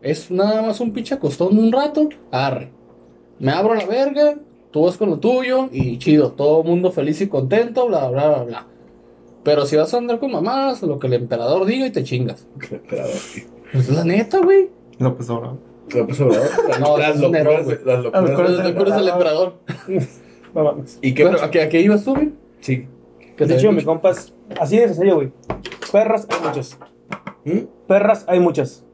[SPEAKER 2] Es nada más un pinche acostón un rato, arre. Me abro la verga, tú vas con lo tuyo y chido, todo mundo feliz y contento, bla, bla, bla, bla. Pero si vas a andar con mamás, lo que el emperador diga y te chingas.
[SPEAKER 1] Emperador, sí.
[SPEAKER 2] Pues la neta, güey.
[SPEAKER 3] López Obrador.
[SPEAKER 1] López Obrador,
[SPEAKER 2] No,
[SPEAKER 1] pues, las
[SPEAKER 2] es un
[SPEAKER 1] locuras,
[SPEAKER 2] Nerón, güey.
[SPEAKER 1] las locuras
[SPEAKER 3] Las locuras
[SPEAKER 1] del
[SPEAKER 2] ¿Te acuerdas del
[SPEAKER 3] emperador.
[SPEAKER 2] emperador?
[SPEAKER 4] No mames.
[SPEAKER 1] ¿Y qué?
[SPEAKER 2] Bueno, ¿a qué, a qué ibas tú, güey?
[SPEAKER 1] Sí.
[SPEAKER 2] Que te
[SPEAKER 4] pues. De hecho,
[SPEAKER 2] había
[SPEAKER 4] mi
[SPEAKER 2] dicho.
[SPEAKER 4] compa es así de sencillo, güey. Perras hay muchas.
[SPEAKER 1] ¿Mm?
[SPEAKER 4] Perras hay muchas.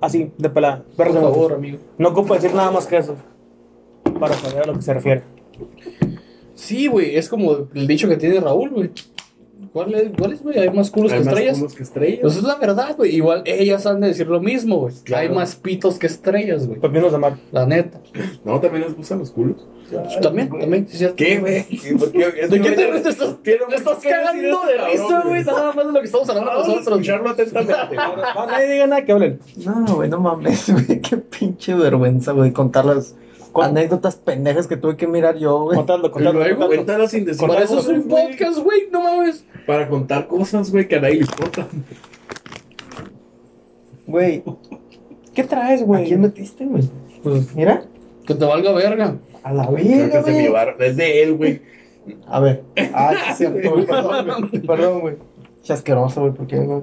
[SPEAKER 4] Así, de pelada.
[SPEAKER 2] Por
[SPEAKER 4] Perras hay
[SPEAKER 2] favor,
[SPEAKER 4] muchas.
[SPEAKER 2] amigo.
[SPEAKER 4] No ocupo decir nada más que eso. Para saber a lo que se refiere.
[SPEAKER 2] Sí, güey, es como el dicho que tiene Raúl, güey. ¿Cuál es, cuál es, güey? Hay más culos Pues que
[SPEAKER 1] Hay más
[SPEAKER 2] estrellas.
[SPEAKER 1] culos que estrellas.
[SPEAKER 2] Pues es la verdad, güey. Igual ellas han de decir lo mismo, güey.
[SPEAKER 1] Claro.
[SPEAKER 2] Hay más pitos que estrellas, güey.
[SPEAKER 4] Pues vienes a amar.
[SPEAKER 2] La neta. Pues
[SPEAKER 1] no, también les gustan los culos.
[SPEAKER 2] También, también, sí es cierto.
[SPEAKER 1] ¿Qué, güey? ¿Por qué? Es
[SPEAKER 2] ¿De
[SPEAKER 1] que
[SPEAKER 2] qué te,
[SPEAKER 1] ahorita-
[SPEAKER 2] te estás,
[SPEAKER 1] Tiene
[SPEAKER 2] te estás
[SPEAKER 1] mucho que
[SPEAKER 2] cagando
[SPEAKER 1] decir
[SPEAKER 2] de
[SPEAKER 1] este
[SPEAKER 2] risa,
[SPEAKER 1] cabrón,
[SPEAKER 2] güey? Nada más de lo que estamos hablando
[SPEAKER 1] Vamos a
[SPEAKER 2] nosotros.
[SPEAKER 1] escucharlo atentamente.
[SPEAKER 4] No, nadie diga nada que hablen.
[SPEAKER 3] No, güey, no mames, güey. Qué pinche vergüenza, güey, contar las
[SPEAKER 4] Con-
[SPEAKER 3] anécdotas pendejas que tuve que mirar yo, güey.
[SPEAKER 4] Contando,
[SPEAKER 1] Y
[SPEAKER 4] contando,
[SPEAKER 1] luego,
[SPEAKER 4] contando.
[SPEAKER 1] cuéntala sin decir
[SPEAKER 2] Para eso es
[SPEAKER 1] cosas,
[SPEAKER 2] un
[SPEAKER 1] güey.
[SPEAKER 2] podcast, güey. No mames.
[SPEAKER 1] Para contar cosas, güey, que a nadie le importan.
[SPEAKER 3] Güey,
[SPEAKER 4] ¿Qué traes,
[SPEAKER 3] ¿a
[SPEAKER 4] güey?
[SPEAKER 3] quién metiste, güey? Pues mira,
[SPEAKER 2] Que te valga verga.
[SPEAKER 3] a la
[SPEAKER 1] Creo que
[SPEAKER 3] vida,
[SPEAKER 1] es de mi
[SPEAKER 3] güey.
[SPEAKER 1] bar. Es de él, güey.
[SPEAKER 3] A ver. Ah, sí, es cierto, güey. Perdón, güey. Perdón, güey. Qué asqueroso, güey, porque güey,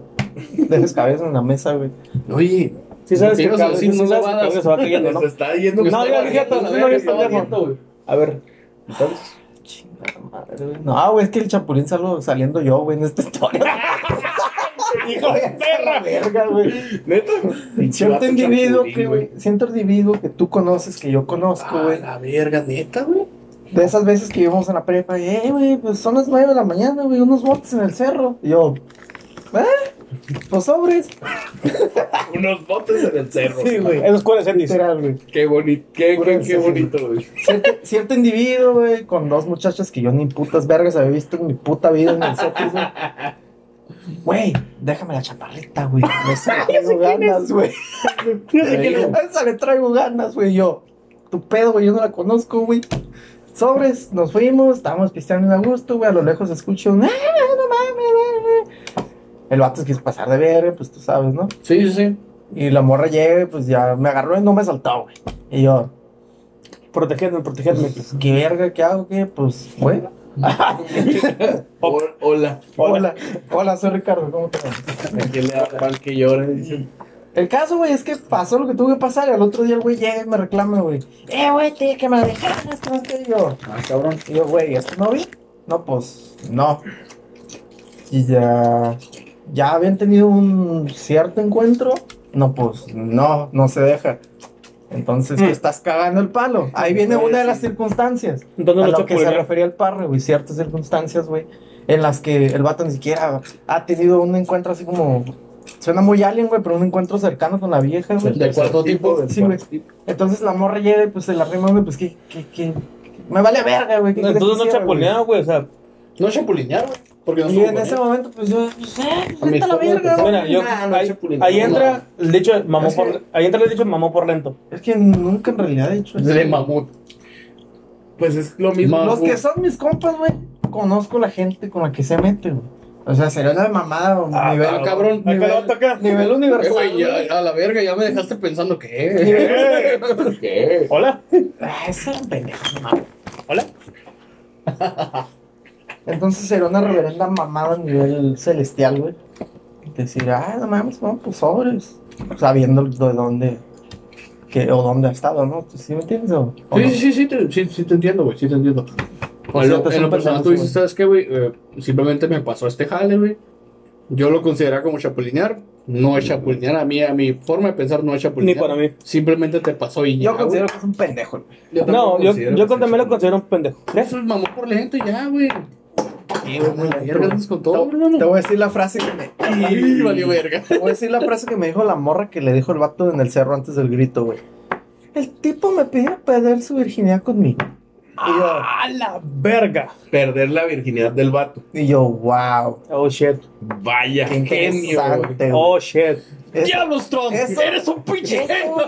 [SPEAKER 3] dejas cabezas en la mesa, güey.
[SPEAKER 2] Oye,
[SPEAKER 4] Si sabes que
[SPEAKER 2] Quiero
[SPEAKER 4] cada vez
[SPEAKER 2] decir, no
[SPEAKER 4] sí sabes que
[SPEAKER 2] sobadas.
[SPEAKER 4] cada vez se va cayendo, ¿no?
[SPEAKER 1] Se está yendo.
[SPEAKER 4] No,
[SPEAKER 1] por
[SPEAKER 4] ya,
[SPEAKER 1] la-
[SPEAKER 4] ya, ya,
[SPEAKER 1] la
[SPEAKER 4] ya,
[SPEAKER 1] verga,
[SPEAKER 4] ya,
[SPEAKER 2] este
[SPEAKER 1] está
[SPEAKER 4] ya,
[SPEAKER 1] yendo.
[SPEAKER 2] güey.
[SPEAKER 4] A ver,
[SPEAKER 3] Chingada madre, güey. No, ah, güey, es que el chapulín salgo saliendo yo, güey, en esta historia. Hijo de perra, verga, güey.
[SPEAKER 1] Neta.
[SPEAKER 3] Cierto
[SPEAKER 1] Vato
[SPEAKER 3] individuo
[SPEAKER 1] chapulín,
[SPEAKER 3] que, güey, cierto individuo que tú conoces, que yo conozco,
[SPEAKER 2] Ah,
[SPEAKER 3] güey.
[SPEAKER 2] la verga, neta, güey.
[SPEAKER 3] De esas veces que íbamos en la prepa, y, eh, güey, pues son las nueve de la mañana, güey, unos botes en el cerro. Y yo, ¿eh? Pues sobres.
[SPEAKER 1] Unos botes en el cerro.
[SPEAKER 3] Sí, güey.
[SPEAKER 4] eso es cuál es Endis.
[SPEAKER 3] Literal, güey.
[SPEAKER 1] Qué bonito. Qué,
[SPEAKER 3] Por
[SPEAKER 1] qué,
[SPEAKER 3] eso,
[SPEAKER 1] qué
[SPEAKER 3] güey.
[SPEAKER 1] bonito, güey.
[SPEAKER 3] Cierto, cierto individuo, güey, con dos muchachas que yo ni putas vergas había visto en mi puta vida en el Cetis, güey. Güey, déjame la chaparrita, güey. No sé, traigo ganas, güey. A Esa le traigo ganas, güey. Yo, tu pedo, güey, yo no la conozco, güey. Sobres, nos fuimos, estábamos pisteando a gusto, güey. A lo lejos escucho un, "Ah, no mames, güey, güey". El vato es que es pasar de verga, pues tú sabes, ¿no?
[SPEAKER 2] Sí, sí, sí.
[SPEAKER 3] Y la morra llega, y, pues ya me agarró y no me saltó, güey. Y yo,
[SPEAKER 4] Protegedme, protegedme.
[SPEAKER 3] pues, ¿qué verga? ¿Qué hago? ¿Qué? Pues, güey.
[SPEAKER 1] Hol- Hola.
[SPEAKER 3] Hola, hola, soy Ricardo, ¿cómo te llamas?
[SPEAKER 1] ¿A quién le da pan que llora? Dice,
[SPEAKER 3] El caso, güey, es que pasó lo que tuvo que pasar y al otro día el güey llega y me reclama, güey. Eh, güey, te dije que me dejaras, es que no sé yo.
[SPEAKER 2] Ah, cabrón.
[SPEAKER 3] Y yo, güey, ¿esto no vi? No, pues, no. Y ya, ya habían tenido un cierto encuentro. No, pues, no, no se deja. Entonces,
[SPEAKER 4] Mm.
[SPEAKER 3] ¿qué estás cagando el palo? Ahí viene una de las circunstancias.
[SPEAKER 4] Entonces
[SPEAKER 3] a
[SPEAKER 4] no
[SPEAKER 3] lo que se
[SPEAKER 4] chapulinean.
[SPEAKER 3] refería el parre, güey, ciertas circunstancias, güey, en las que el vato ni siquiera ha tenido un encuentro así como. Suena muy alien, güey, pero un encuentro cercano con la vieja,
[SPEAKER 1] Pues,
[SPEAKER 3] güey.
[SPEAKER 2] De cuarto tipo.
[SPEAKER 3] Sí,
[SPEAKER 1] güey.
[SPEAKER 3] Entonces la morra llega y pues se la rima, güey, pues que, que, que- Me vale verga, güey. ¿qué quieres que
[SPEAKER 4] Entonces no
[SPEAKER 3] hiciera,
[SPEAKER 4] chapulinean, güey. O sea,
[SPEAKER 2] No chapulinear, güey. Porque no
[SPEAKER 3] güey? Y en ese momento, pues yo. pues, eh, pues, vete a la
[SPEAKER 2] Amistoso,
[SPEAKER 3] verga,
[SPEAKER 2] pues,
[SPEAKER 3] güey.
[SPEAKER 4] mira, yo.
[SPEAKER 1] Nah, no
[SPEAKER 4] ahí-
[SPEAKER 1] chapulinean.
[SPEAKER 4] Ahí entra el dicho de mamó
[SPEAKER 3] Es que-
[SPEAKER 4] por. Ahí entra el dicho de mamó por lento.
[SPEAKER 3] Es que nunca en realidad he hecho eso.
[SPEAKER 2] De mamut.
[SPEAKER 1] Pues es lo mismo.
[SPEAKER 2] Ma-
[SPEAKER 3] Los que son mis compas, güey, conozco la gente con la que se mete, güey. O sea, sería una mamada, güey.
[SPEAKER 4] Ah,
[SPEAKER 3] nivel,
[SPEAKER 2] Ah, cabrón.
[SPEAKER 4] Acá
[SPEAKER 3] nivel-
[SPEAKER 4] lo acá.
[SPEAKER 3] nivel
[SPEAKER 2] Eh,
[SPEAKER 3] universal.
[SPEAKER 2] güey,
[SPEAKER 3] güey.
[SPEAKER 2] ya, a la verga, ya me dejaste pensando que.
[SPEAKER 1] ¿Qué?
[SPEAKER 4] Hola,
[SPEAKER 3] Ah, ese era un pendejo, no mames.
[SPEAKER 4] hola.
[SPEAKER 3] Entonces era una reverenda mamada a nivel celestial, güey. Decir, ah, no mames, no, pues sobres. Sabiendo de dónde, que, o dónde ha estado, ¿no? ¿Tú sí me entiendes? O, o
[SPEAKER 2] Sí,
[SPEAKER 3] no?
[SPEAKER 2] sí, sí, sí, te, sí, sí te entiendo, güey, sí te entiendo.
[SPEAKER 3] Por
[SPEAKER 2] En
[SPEAKER 3] cierto,
[SPEAKER 2] lo, en
[SPEAKER 3] son
[SPEAKER 2] lo personal
[SPEAKER 3] personas,
[SPEAKER 2] tú dices,
[SPEAKER 3] güey.
[SPEAKER 2] ¿sabes qué, güey? Eh, simplemente me pasó este jale, güey. Yo lo consideraba como chapulinear. No es chapulinear, a mí, a mi forma de pensar no es
[SPEAKER 4] Ni
[SPEAKER 2] chapulinear.
[SPEAKER 4] para mí.
[SPEAKER 2] Simplemente te pasó y ya,
[SPEAKER 3] Yo
[SPEAKER 2] güey.
[SPEAKER 3] considero que es un pendejo, güey.
[SPEAKER 4] No, yo, yo con- también
[SPEAKER 1] considero.
[SPEAKER 4] lo considero un pendejo. ¿Crees?
[SPEAKER 2] Eso es mamón por lento y ya, güey. Sí, güey, la verga, andas con todo,
[SPEAKER 3] Te
[SPEAKER 2] hermano.
[SPEAKER 3] voy a decir la frase que me...
[SPEAKER 2] Y valió verga.
[SPEAKER 3] Te voy a decir la frase que me dijo la morra que le dijo el vato en el cerro antes del grito, güey. El tipo me pidió perder su virginidad conmigo. Y yo,
[SPEAKER 4] ¡A la verga!
[SPEAKER 1] Perder la virginidad del vato.
[SPEAKER 3] y yo wow.
[SPEAKER 4] Oh shit.
[SPEAKER 1] Vaya.
[SPEAKER 3] Qué
[SPEAKER 1] Genio. güey.
[SPEAKER 3] interesante, güey.
[SPEAKER 4] Oh shit.
[SPEAKER 3] Es-
[SPEAKER 2] ¡Diablos, Trump!
[SPEAKER 3] eso-
[SPEAKER 2] ¡Eres un pinche
[SPEAKER 3] Eso, güey.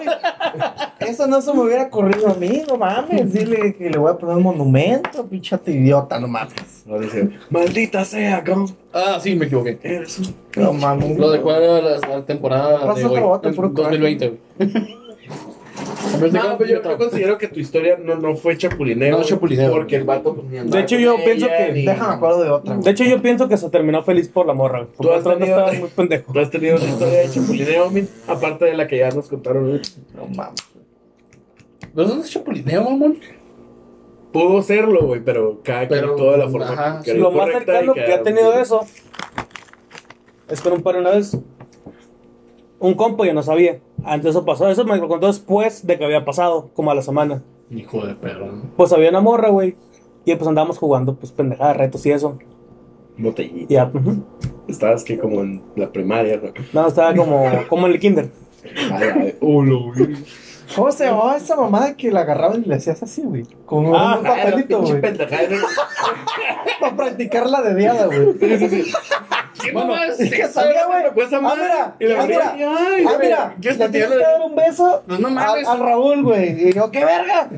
[SPEAKER 3] Eso no se me hubiera ocurrido a mí, no mames. Dile que le voy a poner un monumento, pinchate idiota, no mames.
[SPEAKER 1] Ahora sí. Maldita sea, cabrón.
[SPEAKER 2] Ah, sí, me equivoqué.
[SPEAKER 1] Eres un-
[SPEAKER 3] No mames.
[SPEAKER 2] Lo de cuál era la, la temporada
[SPEAKER 3] Pasa
[SPEAKER 2] de hoy,
[SPEAKER 3] otro vato, puro
[SPEAKER 2] 2020, güey. este En vez de
[SPEAKER 1] No,
[SPEAKER 2] cada
[SPEAKER 1] pues yo, yo
[SPEAKER 2] puñetazo.
[SPEAKER 1] considero que tu historia no, no fue chapulineo.
[SPEAKER 2] No, chapulineo.
[SPEAKER 1] Porque el vato pues, ni andaba
[SPEAKER 4] hecho,
[SPEAKER 1] con
[SPEAKER 4] yo
[SPEAKER 1] ella,
[SPEAKER 4] pienso que-
[SPEAKER 1] ni-
[SPEAKER 3] Déjame acuerdo de otra. güey.
[SPEAKER 4] De hecho, yo pienso que se terminó feliz por la morra. güey. Porque
[SPEAKER 1] has
[SPEAKER 4] otro no
[SPEAKER 1] tenido-
[SPEAKER 4] estaba muy pendejo.
[SPEAKER 1] ¿No has tenido una historia de chapulineo, Min? Aparte de la que ya nos contaron. güey.
[SPEAKER 3] No mames.
[SPEAKER 2] Pero eso no es chapulineo, mamón.
[SPEAKER 1] Pudo serlo, güey, pero cada quien
[SPEAKER 2] Pero,
[SPEAKER 1] toda la forma
[SPEAKER 2] ajá,
[SPEAKER 1] que
[SPEAKER 2] sí,
[SPEAKER 1] era
[SPEAKER 4] Lo más
[SPEAKER 1] correcta
[SPEAKER 4] cercano
[SPEAKER 1] y
[SPEAKER 4] que ha tenido eso es con un par una vez. Un compa yo no sabía. Antes eso pasó. Eso me lo contó después de que había pasado, como a la semana.
[SPEAKER 2] Hijo de perro.
[SPEAKER 4] Pues había una morra, güey. Y pues andábamos jugando, pues pendejadas, retos y eso.
[SPEAKER 1] Botellita.
[SPEAKER 4] Ya, ujú.
[SPEAKER 1] Estabas que como en la primaria, güey.
[SPEAKER 4] No, estaba como, como en el kinder.
[SPEAKER 1] A la de- Oh, lo vi.
[SPEAKER 3] ¿Cómo se llamaba esa mamada que la agarraban y le hacías así, güey? Con un,
[SPEAKER 4] Ah,
[SPEAKER 3] un
[SPEAKER 1] Ah, la
[SPEAKER 3] papelito,
[SPEAKER 1] pinche
[SPEAKER 3] güey.
[SPEAKER 1] pendejada.
[SPEAKER 3] Para practicar la dediada, güey. Ah,
[SPEAKER 1] ¿Qué
[SPEAKER 2] Bueno,
[SPEAKER 1] mamás?
[SPEAKER 3] es que
[SPEAKER 1] Pues, Esa
[SPEAKER 3] sabía,
[SPEAKER 1] era
[SPEAKER 3] güey.
[SPEAKER 1] la propuesta
[SPEAKER 3] Ah,
[SPEAKER 1] madre.
[SPEAKER 3] mira,
[SPEAKER 1] Y la
[SPEAKER 3] ah, mira.
[SPEAKER 1] abrí, ay,
[SPEAKER 3] Ah,
[SPEAKER 1] güey,
[SPEAKER 3] mira,
[SPEAKER 1] ¿qué es
[SPEAKER 3] le
[SPEAKER 1] que
[SPEAKER 3] tienes
[SPEAKER 1] tiene?
[SPEAKER 3] que dar un beso
[SPEAKER 2] Pues no
[SPEAKER 3] al,
[SPEAKER 2] mames.
[SPEAKER 3] al Raúl, güey. Y yo, ¿qué verga?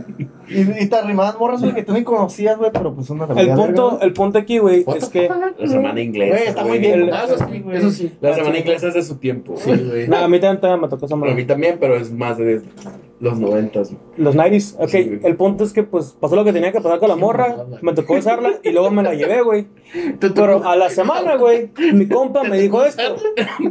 [SPEAKER 3] Y, y te arrimaban morras, güey, que tú ni conocías, güey, pero pues una
[SPEAKER 4] El
[SPEAKER 3] realidad,
[SPEAKER 4] punto,
[SPEAKER 3] verga,
[SPEAKER 4] el punto aquí, güey,
[SPEAKER 2] What
[SPEAKER 4] es
[SPEAKER 2] the
[SPEAKER 4] que.
[SPEAKER 2] fuck?
[SPEAKER 1] La semana inglesa.
[SPEAKER 3] Güey, está muy bien,
[SPEAKER 1] güey.
[SPEAKER 2] Ah, eso sí,
[SPEAKER 3] güey.
[SPEAKER 2] eso sí.
[SPEAKER 1] La semana inglesa es de su tiempo.
[SPEAKER 2] Sí, güey.
[SPEAKER 4] Nah, a mí también, también me tocó esa
[SPEAKER 1] Bueno, a
[SPEAKER 4] madre.
[SPEAKER 1] mí también, pero es más de los noventas.
[SPEAKER 4] Los 90s, ok.
[SPEAKER 1] Sí, güey.
[SPEAKER 4] el punto es que, pues, pasó lo que tenía que pasar con la morra. Me tocó besarla y luego me la llevé, güey.
[SPEAKER 2] Te
[SPEAKER 4] Pero ah,
[SPEAKER 2] tocó-
[SPEAKER 4] a la semana, güey, mi compa me dijo esto.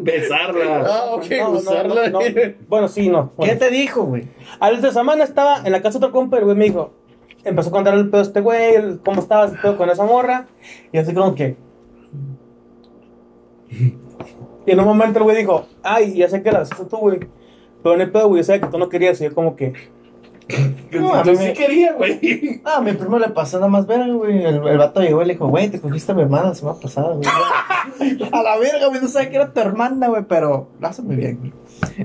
[SPEAKER 1] Besarla.
[SPEAKER 2] Ah, ok,
[SPEAKER 4] No, no,
[SPEAKER 2] usarla.
[SPEAKER 4] no, no. Bueno, sí, no.
[SPEAKER 3] ¿Qué
[SPEAKER 4] Bueno.
[SPEAKER 3] te dijo, güey?
[SPEAKER 4] A la otra semana estaba en la casa de otro compa y el güey me dijo, empezó a contar el pedo a este güey, el- cómo estabas, el pedo con esa morra. Y así como que... Y en un momento el güey dijo, ay, ya sé que la hiciste tú, güey. Pero en el pedo, güey, yo sabía que tú no querías. Y yo como que...
[SPEAKER 1] No,
[SPEAKER 3] a
[SPEAKER 1] yo
[SPEAKER 3] mí
[SPEAKER 1] sí
[SPEAKER 3] me-
[SPEAKER 1] quería, güey.
[SPEAKER 3] Ah, a mi primo le pasó nada más verga, güey. El, el vato llegó y le dijo, güey, te cogiste a mi hermana la semana pasada, güey. a la verga, güey, no sabía que era tu hermana, güey, pero lo hace muy bien, güey.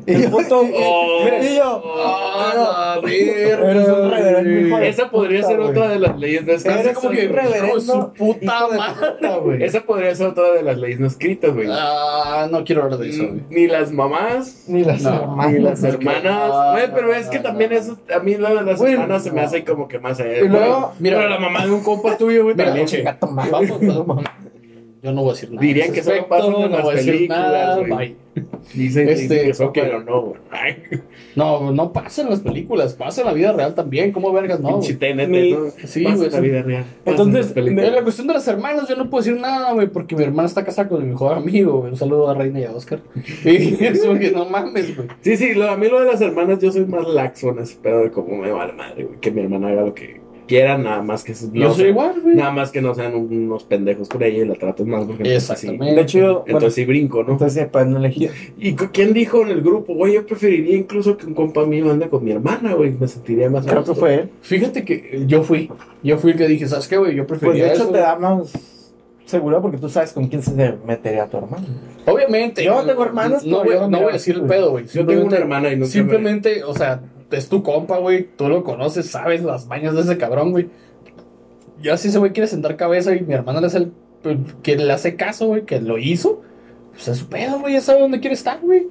[SPEAKER 3] Y
[SPEAKER 4] El
[SPEAKER 3] yo,
[SPEAKER 4] punto...
[SPEAKER 1] Oh.
[SPEAKER 3] mira, y yo,
[SPEAKER 2] Ah, la
[SPEAKER 3] Eres un
[SPEAKER 2] verga.
[SPEAKER 3] reverendo hijo de-
[SPEAKER 2] güey.
[SPEAKER 1] Esa podría
[SPEAKER 3] Puta,
[SPEAKER 1] ser
[SPEAKER 3] güey.
[SPEAKER 1] otra de las leyes no escritas.
[SPEAKER 3] eres
[SPEAKER 1] como
[SPEAKER 3] un
[SPEAKER 1] que,
[SPEAKER 3] reverendo
[SPEAKER 2] hijo de su puta
[SPEAKER 3] hijo de
[SPEAKER 2] madre.
[SPEAKER 3] puta, güey.
[SPEAKER 1] Esa podría ser otra de las leyes no escritas, güey.
[SPEAKER 2] Ah, no quiero hablar de eso, güey.
[SPEAKER 1] Ni las mamás,
[SPEAKER 3] Ni las
[SPEAKER 2] No,
[SPEAKER 1] ni
[SPEAKER 3] hermanas.
[SPEAKER 1] las
[SPEAKER 2] es que-
[SPEAKER 1] hermanas.
[SPEAKER 2] no,
[SPEAKER 1] Güey, pero
[SPEAKER 2] no,
[SPEAKER 1] es
[SPEAKER 2] no,
[SPEAKER 1] que
[SPEAKER 2] no,
[SPEAKER 1] también
[SPEAKER 2] no.
[SPEAKER 1] eso, a mí lo de las
[SPEAKER 3] Güey,
[SPEAKER 1] hermanas se me
[SPEAKER 3] no.
[SPEAKER 1] hace como que más allá.
[SPEAKER 3] Y luego,
[SPEAKER 2] mira-
[SPEAKER 1] pero la mamá de un compa tuyo, güey,
[SPEAKER 2] Mira,
[SPEAKER 1] también.
[SPEAKER 2] che,
[SPEAKER 3] Gato malo.
[SPEAKER 2] Vamos, vamos. Yo no voy a decir nada.
[SPEAKER 1] Dirían que solo
[SPEAKER 2] Respecto,
[SPEAKER 1] pasan en
[SPEAKER 2] no
[SPEAKER 1] las
[SPEAKER 2] voy a decir
[SPEAKER 1] películas,
[SPEAKER 2] nada,
[SPEAKER 1] güey.
[SPEAKER 2] bye.
[SPEAKER 1] Dicen,
[SPEAKER 2] Este,
[SPEAKER 1] dicen que son,
[SPEAKER 2] ok.
[SPEAKER 1] pero no, güey. Ay,
[SPEAKER 2] No, no pasa en las películas, pasa en la vida real también. ¿Cómo vergas no?
[SPEAKER 1] pinche
[SPEAKER 2] güey?
[SPEAKER 1] TNT,
[SPEAKER 4] Mi-
[SPEAKER 1] ¿no?
[SPEAKER 2] Sí,
[SPEAKER 1] Pasa
[SPEAKER 2] güey,
[SPEAKER 1] en la
[SPEAKER 2] sí.
[SPEAKER 1] vida real. Pasa
[SPEAKER 4] Entonces,
[SPEAKER 1] Pues, en las películas.
[SPEAKER 2] En la cuestión de las hermanas, yo no puedo decir nada, güey, porque mi hermana está casada con mi mejor amigo, güey. Un saludo a Reina y a Oscar. Y eso que no mames, güey.
[SPEAKER 1] Sí, sí, lo, a mí lo de las hermanas, yo soy más laxo en ese pedo de cómo me vale madre, güey. Que mi hermana haga lo que quiera, nada más que. no
[SPEAKER 2] Yo soy
[SPEAKER 1] sea-
[SPEAKER 2] igual, güey.
[SPEAKER 1] Nada más que no sean un- unos pendejos con ella y la traten mal. Porque entonces sí-
[SPEAKER 2] Exactamente.
[SPEAKER 4] De hecho, yo- bueno,
[SPEAKER 1] Entonces sí brinco, ¿no?
[SPEAKER 3] Entonces, pues no elegí.
[SPEAKER 1] ¿Y cu- quién dijo en el grupo, güey? Yo preferiría incluso que un compa mío ande con mi hermana, güey. Me sentiría más. a
[SPEAKER 3] Creo que
[SPEAKER 1] gusto.
[SPEAKER 3] fue él.
[SPEAKER 2] Fíjate que eh, yo fui. Yo fui el que dije, ¿sabes qué, güey? Yo
[SPEAKER 3] Pues
[SPEAKER 2] prefería
[SPEAKER 3] de hecho
[SPEAKER 2] eso,
[SPEAKER 3] te
[SPEAKER 2] güey".
[SPEAKER 3] da más seguridad porque tú sabes con quién se metería tu hermano.
[SPEAKER 2] Obviamente.
[SPEAKER 3] Yo tengo hermanas,
[SPEAKER 2] No,
[SPEAKER 3] pero
[SPEAKER 2] voy,
[SPEAKER 3] yo no
[SPEAKER 2] no
[SPEAKER 3] me
[SPEAKER 2] voy a
[SPEAKER 3] gasto,
[SPEAKER 2] decir el
[SPEAKER 3] güey.
[SPEAKER 2] pedo, güey.
[SPEAKER 1] Yo tengo una
[SPEAKER 2] Simplemente-
[SPEAKER 1] hermana y no
[SPEAKER 2] Simplemente, o sea, es tu compa, güey. Tú lo conoces, sabes las mañas de ese cabrón, güey. Ya si ese güey quiere sentar cabeza y mi hermana le hace el, que le hace caso, güey, que lo hizo, pues es su pedo, güey. Ya sabe dónde quiere estar, güey.